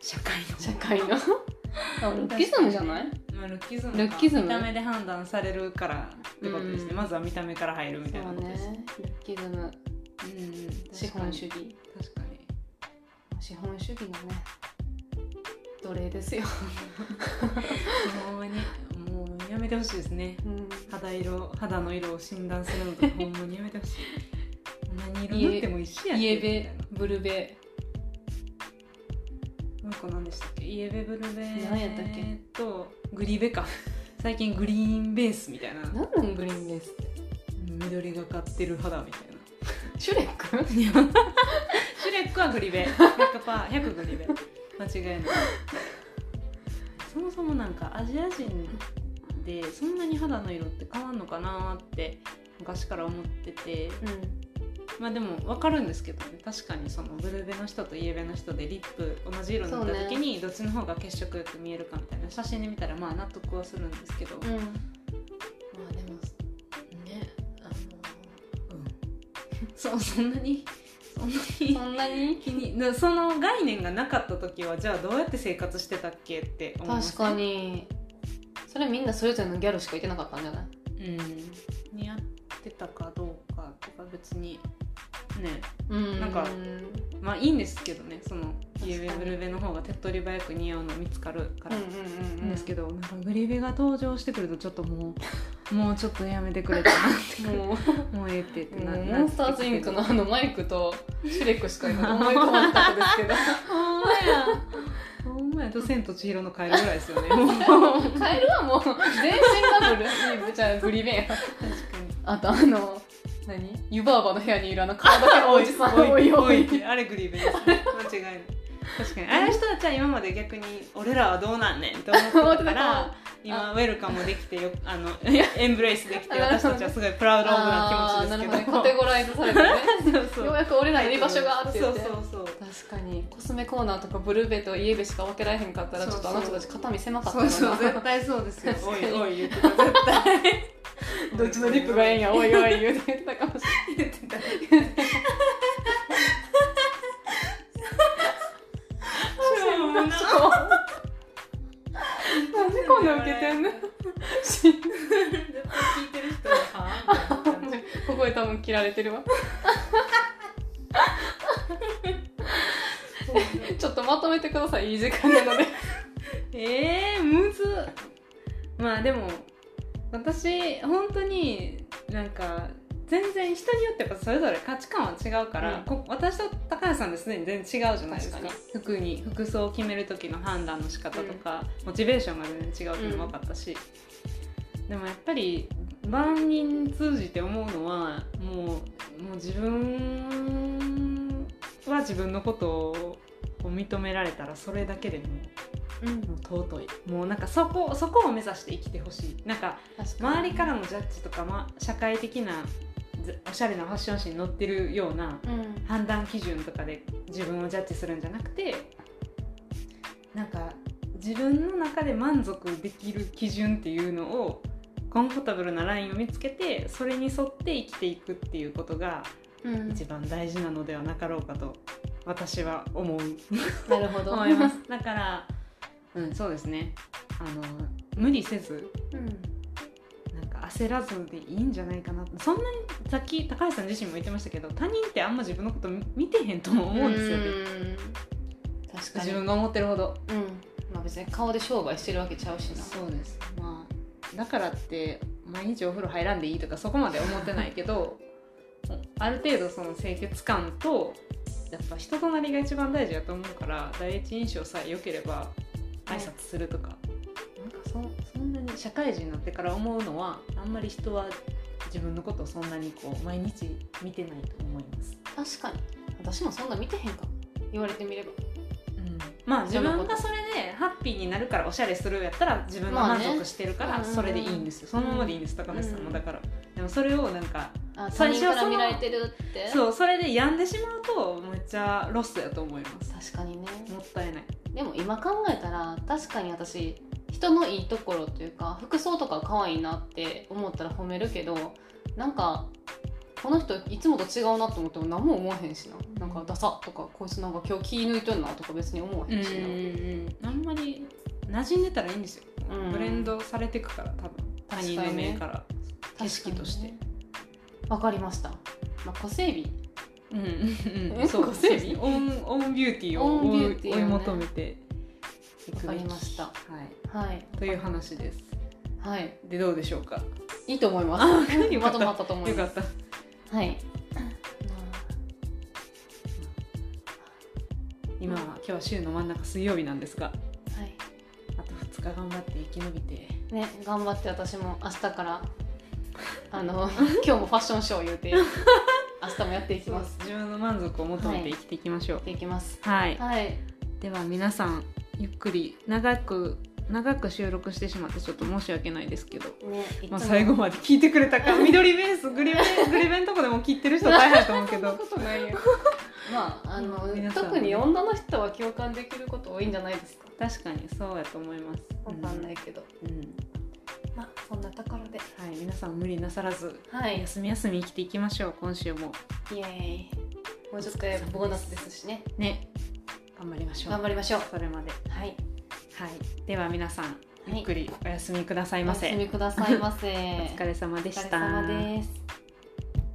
S2: 社会の
S1: 社会 のあルッキズムじゃない
S2: まあ、ルッキズム
S1: ルッキズム
S2: 見た目で判断されるからってことですね、
S1: うん
S2: まずは見た目から入るみ
S1: そ
S2: たいな
S1: う
S2: ことですね
S1: ねルッキズム
S2: うんうん
S1: 資本主義
S2: 確かに
S1: 資本主義のね奴隷ですよ、
S2: ほんまにもうやめてほしいですね
S1: うん
S2: 肌色肌の色を診断する のとかほんまにやめてほしい何色塗っても一緒やん
S1: イエ
S2: けみ
S1: ベ
S2: たいな
S1: ブルベ
S2: もう一個何でしたっけイエベブルベ
S1: 何やったっけ
S2: とグリベか最近グリーンベースみたいな
S1: 何なんグリーンベースって
S2: 緑がかってる肌みたいな
S1: シュレック
S2: シュレックはグリベ100パー100グリベ間違いないそもそもなんかアジア人でそんなに肌の色って変わんのかなーって昔から思っててまあでも分かるんですけどね確かにそのブルベの人とイエベの人でリップ同じ色塗った時にどっちの方が血色よく見えるかみたいな写真で見たらまあ納得はするんですけど、
S1: うんまあでもね
S2: そうそんな にそんなに
S1: あのそんなに
S2: 気になその概念がなかった時はじゃあどうやって生活してたっけって思います
S1: 確かにそれみんなそれぞれのギャルしかいてなかったんじゃない
S2: うん似合ってたかどうかとか別にね
S1: うん
S2: なんか
S1: うん
S2: まあいいんですけどねその
S1: かに
S2: イエベブルベの方が手っ取り早く似合うの見つかるからい
S1: うん
S2: いんですけど、なんかグリベが登場してくるとちょっともうもうちょっとやめてくれたなって
S1: も う
S2: もうええってってな
S1: モンスターズインクの
S2: なって
S1: あのマイクとシュレックしか今思い込まなかったですけど
S2: きてるほんまやほんまやと「千と千尋の帰る」ぐらいですよねもう確か
S1: カエルはもう全身 がブルーじゃあグリベンや
S2: に
S1: あとあの何湯婆婆の部屋にいるあの体だけ のおじさんおいおい
S2: あれグリーベです間違いない確かにああいう人たちは今まで逆に俺らはどうなんねんって思 ってたから今ウェルカムできてよあのエンブレイスできて私たちはすごいプラウドオブな
S1: ああー
S2: 気持
S1: なる
S2: ちですけど
S1: ほどねカテゴライズされてね
S2: そうそう
S1: ようやく俺らの居場所があって
S2: そ
S1: 言
S2: う
S1: っ
S2: そ
S1: て
S2: うそう
S1: 確かにコスメコーナーとかブルーベとイエベしか分けられへんかったらちょっとあの人たち肩身狭かった
S2: そ
S1: よ
S2: うそう
S1: な
S2: 絶対そうですよ
S1: 確
S2: お
S1: か
S2: い
S1: に
S2: おい言ってた絶対
S1: どっちのリップがええんやおいおい言うてたかもし
S2: 言って た超も
S1: れない
S2: な
S1: なんでこんな受けてんのしんどい
S2: 絶対聞いてる人はあーみたいな感じ
S1: ここで多分切られてるわちょっとまとめてくださいいい時間なので
S2: えー、むずっまあでも私本当になんか全然人によってやっぱそれぞれ価値観は違うから、
S1: うん
S2: こ私と高橋さんですでに全然違うじゃないですか
S1: 確か
S2: 服に服装を決める時の判断の仕方とか、モチベーションが全然違うっていうのも分かったし、でもやっぱり万人通じて思うのはもうもう自分は自分のことを認められたらそれだけでももう尊いもうなんかそこそこを目指して生きてほしいなんか周りからのジャッジとか、ま、社会的なずおしゃれなファッション誌に載ってるような
S1: うん
S2: 判断基準とかで自分をジャッジするんじゃなくてなんか自分の中で満足できる基準っていうのをコンフォータブルなラインを見つけてそれに沿って生きていくっていうことが
S1: うん
S2: 一番大事なのではなかろうかと私は思う
S1: なるほど
S2: 思います だから、うん、そうですねあの無理せず
S1: うん
S2: なんか焦らずでいいんじゃないかなそんなにさっき高橋さん自身も言ってましたけど他人ってあんま自分のこと見てへんとも思うんですよね
S1: うん確か
S2: 自
S1: に
S2: 分が思ってるほど
S1: うんまあ別に顔で商売してるわけちゃうしな
S2: そうですまあだからって毎日お風呂入らんでいいとかそこまで思ってないけど ある程度その清潔感とやっぱ人となりが一番大事だと思うから第一印象さえ良ければ挨拶するとか、なんかそそんなに社会人になってから思うのはあんまり人は自分のことをそんなにこう毎日見てないと思います。
S1: 確かに私もそんな見てへんかも言われてみれば
S2: まあ自
S1: 人のこと
S2: 分がそれでハッピーになるからおしゃれするやったら自分が
S1: まあ
S2: 満
S1: ね
S2: 足してるか
S1: うん
S2: ら
S1: うんうん
S2: それでいいんですよ、そのままでいいんです高橋さん
S1: う
S2: も
S1: ん
S2: だから、でもそれをなんか
S1: あ他
S2: 最
S1: 人
S2: 初は
S1: から
S2: その
S1: 見られてるって
S2: そうそれで病んでしまうとめっちゃロスやと思います
S1: 確かにね
S2: もったいない
S1: でも今考えたら確かに私人のいいところというか服装とか可愛いなって思ったら褒めるけどなんかこの人いつもと違うなと思っても何も思わへんしななんかダサとかこいつなんか今日気抜いとんなとか別に思わへんしな、
S2: あんまり馴染んでたらいいんですよ、
S1: うん
S2: ブレンドされてくから多分他人の目から、景色として
S1: 確かにねわかりました、まあ、個性美
S2: うん
S1: え
S2: そうそ
S1: ご
S2: う
S1: 整
S2: で
S1: 備
S2: すねオンオンビューティーを
S1: オンビ
S2: 追
S1: ュ
S2: い
S1: ーティーを
S2: 追
S1: ね
S2: い求めていくべき
S1: わかりました
S2: はい、
S1: はい
S2: という話です
S1: はい
S2: でどうでしょうか
S1: いいと思いま
S2: あ
S1: す
S2: よか
S1: ま
S2: った
S1: とまったと思い
S2: よか
S1: ま
S2: った
S1: すはい
S2: 今は今日週の真ん中水曜日なんですが
S1: はい
S2: あと2日頑張って生き延びて
S1: ね、頑張って私も明日から あの今日もファッションショー言うて明日もやっていき
S2: そう
S1: ま
S2: ですす自分の満足を求めて生きていきましょう
S1: やっていきます
S2: はい、
S1: はい
S2: では皆さんゆっくり長く長く収録してしまってちょっと申し訳ないですけど
S1: ねいつ
S2: ま
S1: も
S2: あ最後まで聞いてくれた か緑ベースグリベングリベンとこでも聞いてる人大変だと思うけ
S1: そん な
S2: ど
S1: ことない よまああの、
S2: うん皆さんね
S1: 特に女の人は共感できること多いんじゃないですか
S2: 確かにそうやと思います
S1: わかんないけど、
S2: うん、
S1: まあそんなところで
S2: はい皆さん無理なさらず
S1: はい
S2: 休み休み生きていきましょう今週も
S1: イエーイもうちょっとボーナスですしね
S2: ね頑張りましょう
S1: 頑張りましょう
S2: それまで
S1: はい
S2: はいでは皆さん
S1: い
S2: ゆっくりお休みください
S1: お
S2: ませ、
S1: 休みくださいま せ
S2: お疲れ様で
S1: お
S2: し
S1: 疲
S2: た
S1: れ様です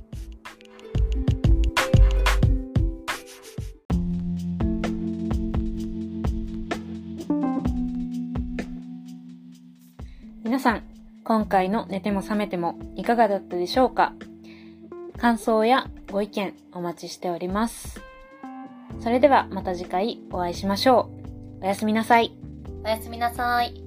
S3: 皆さん、今回の寝ても覚めてもいかがだったでしょうか感想やご意見お待ちしております。それではまた次回お会いしましょう。おやすみなさい。おやすみなさい。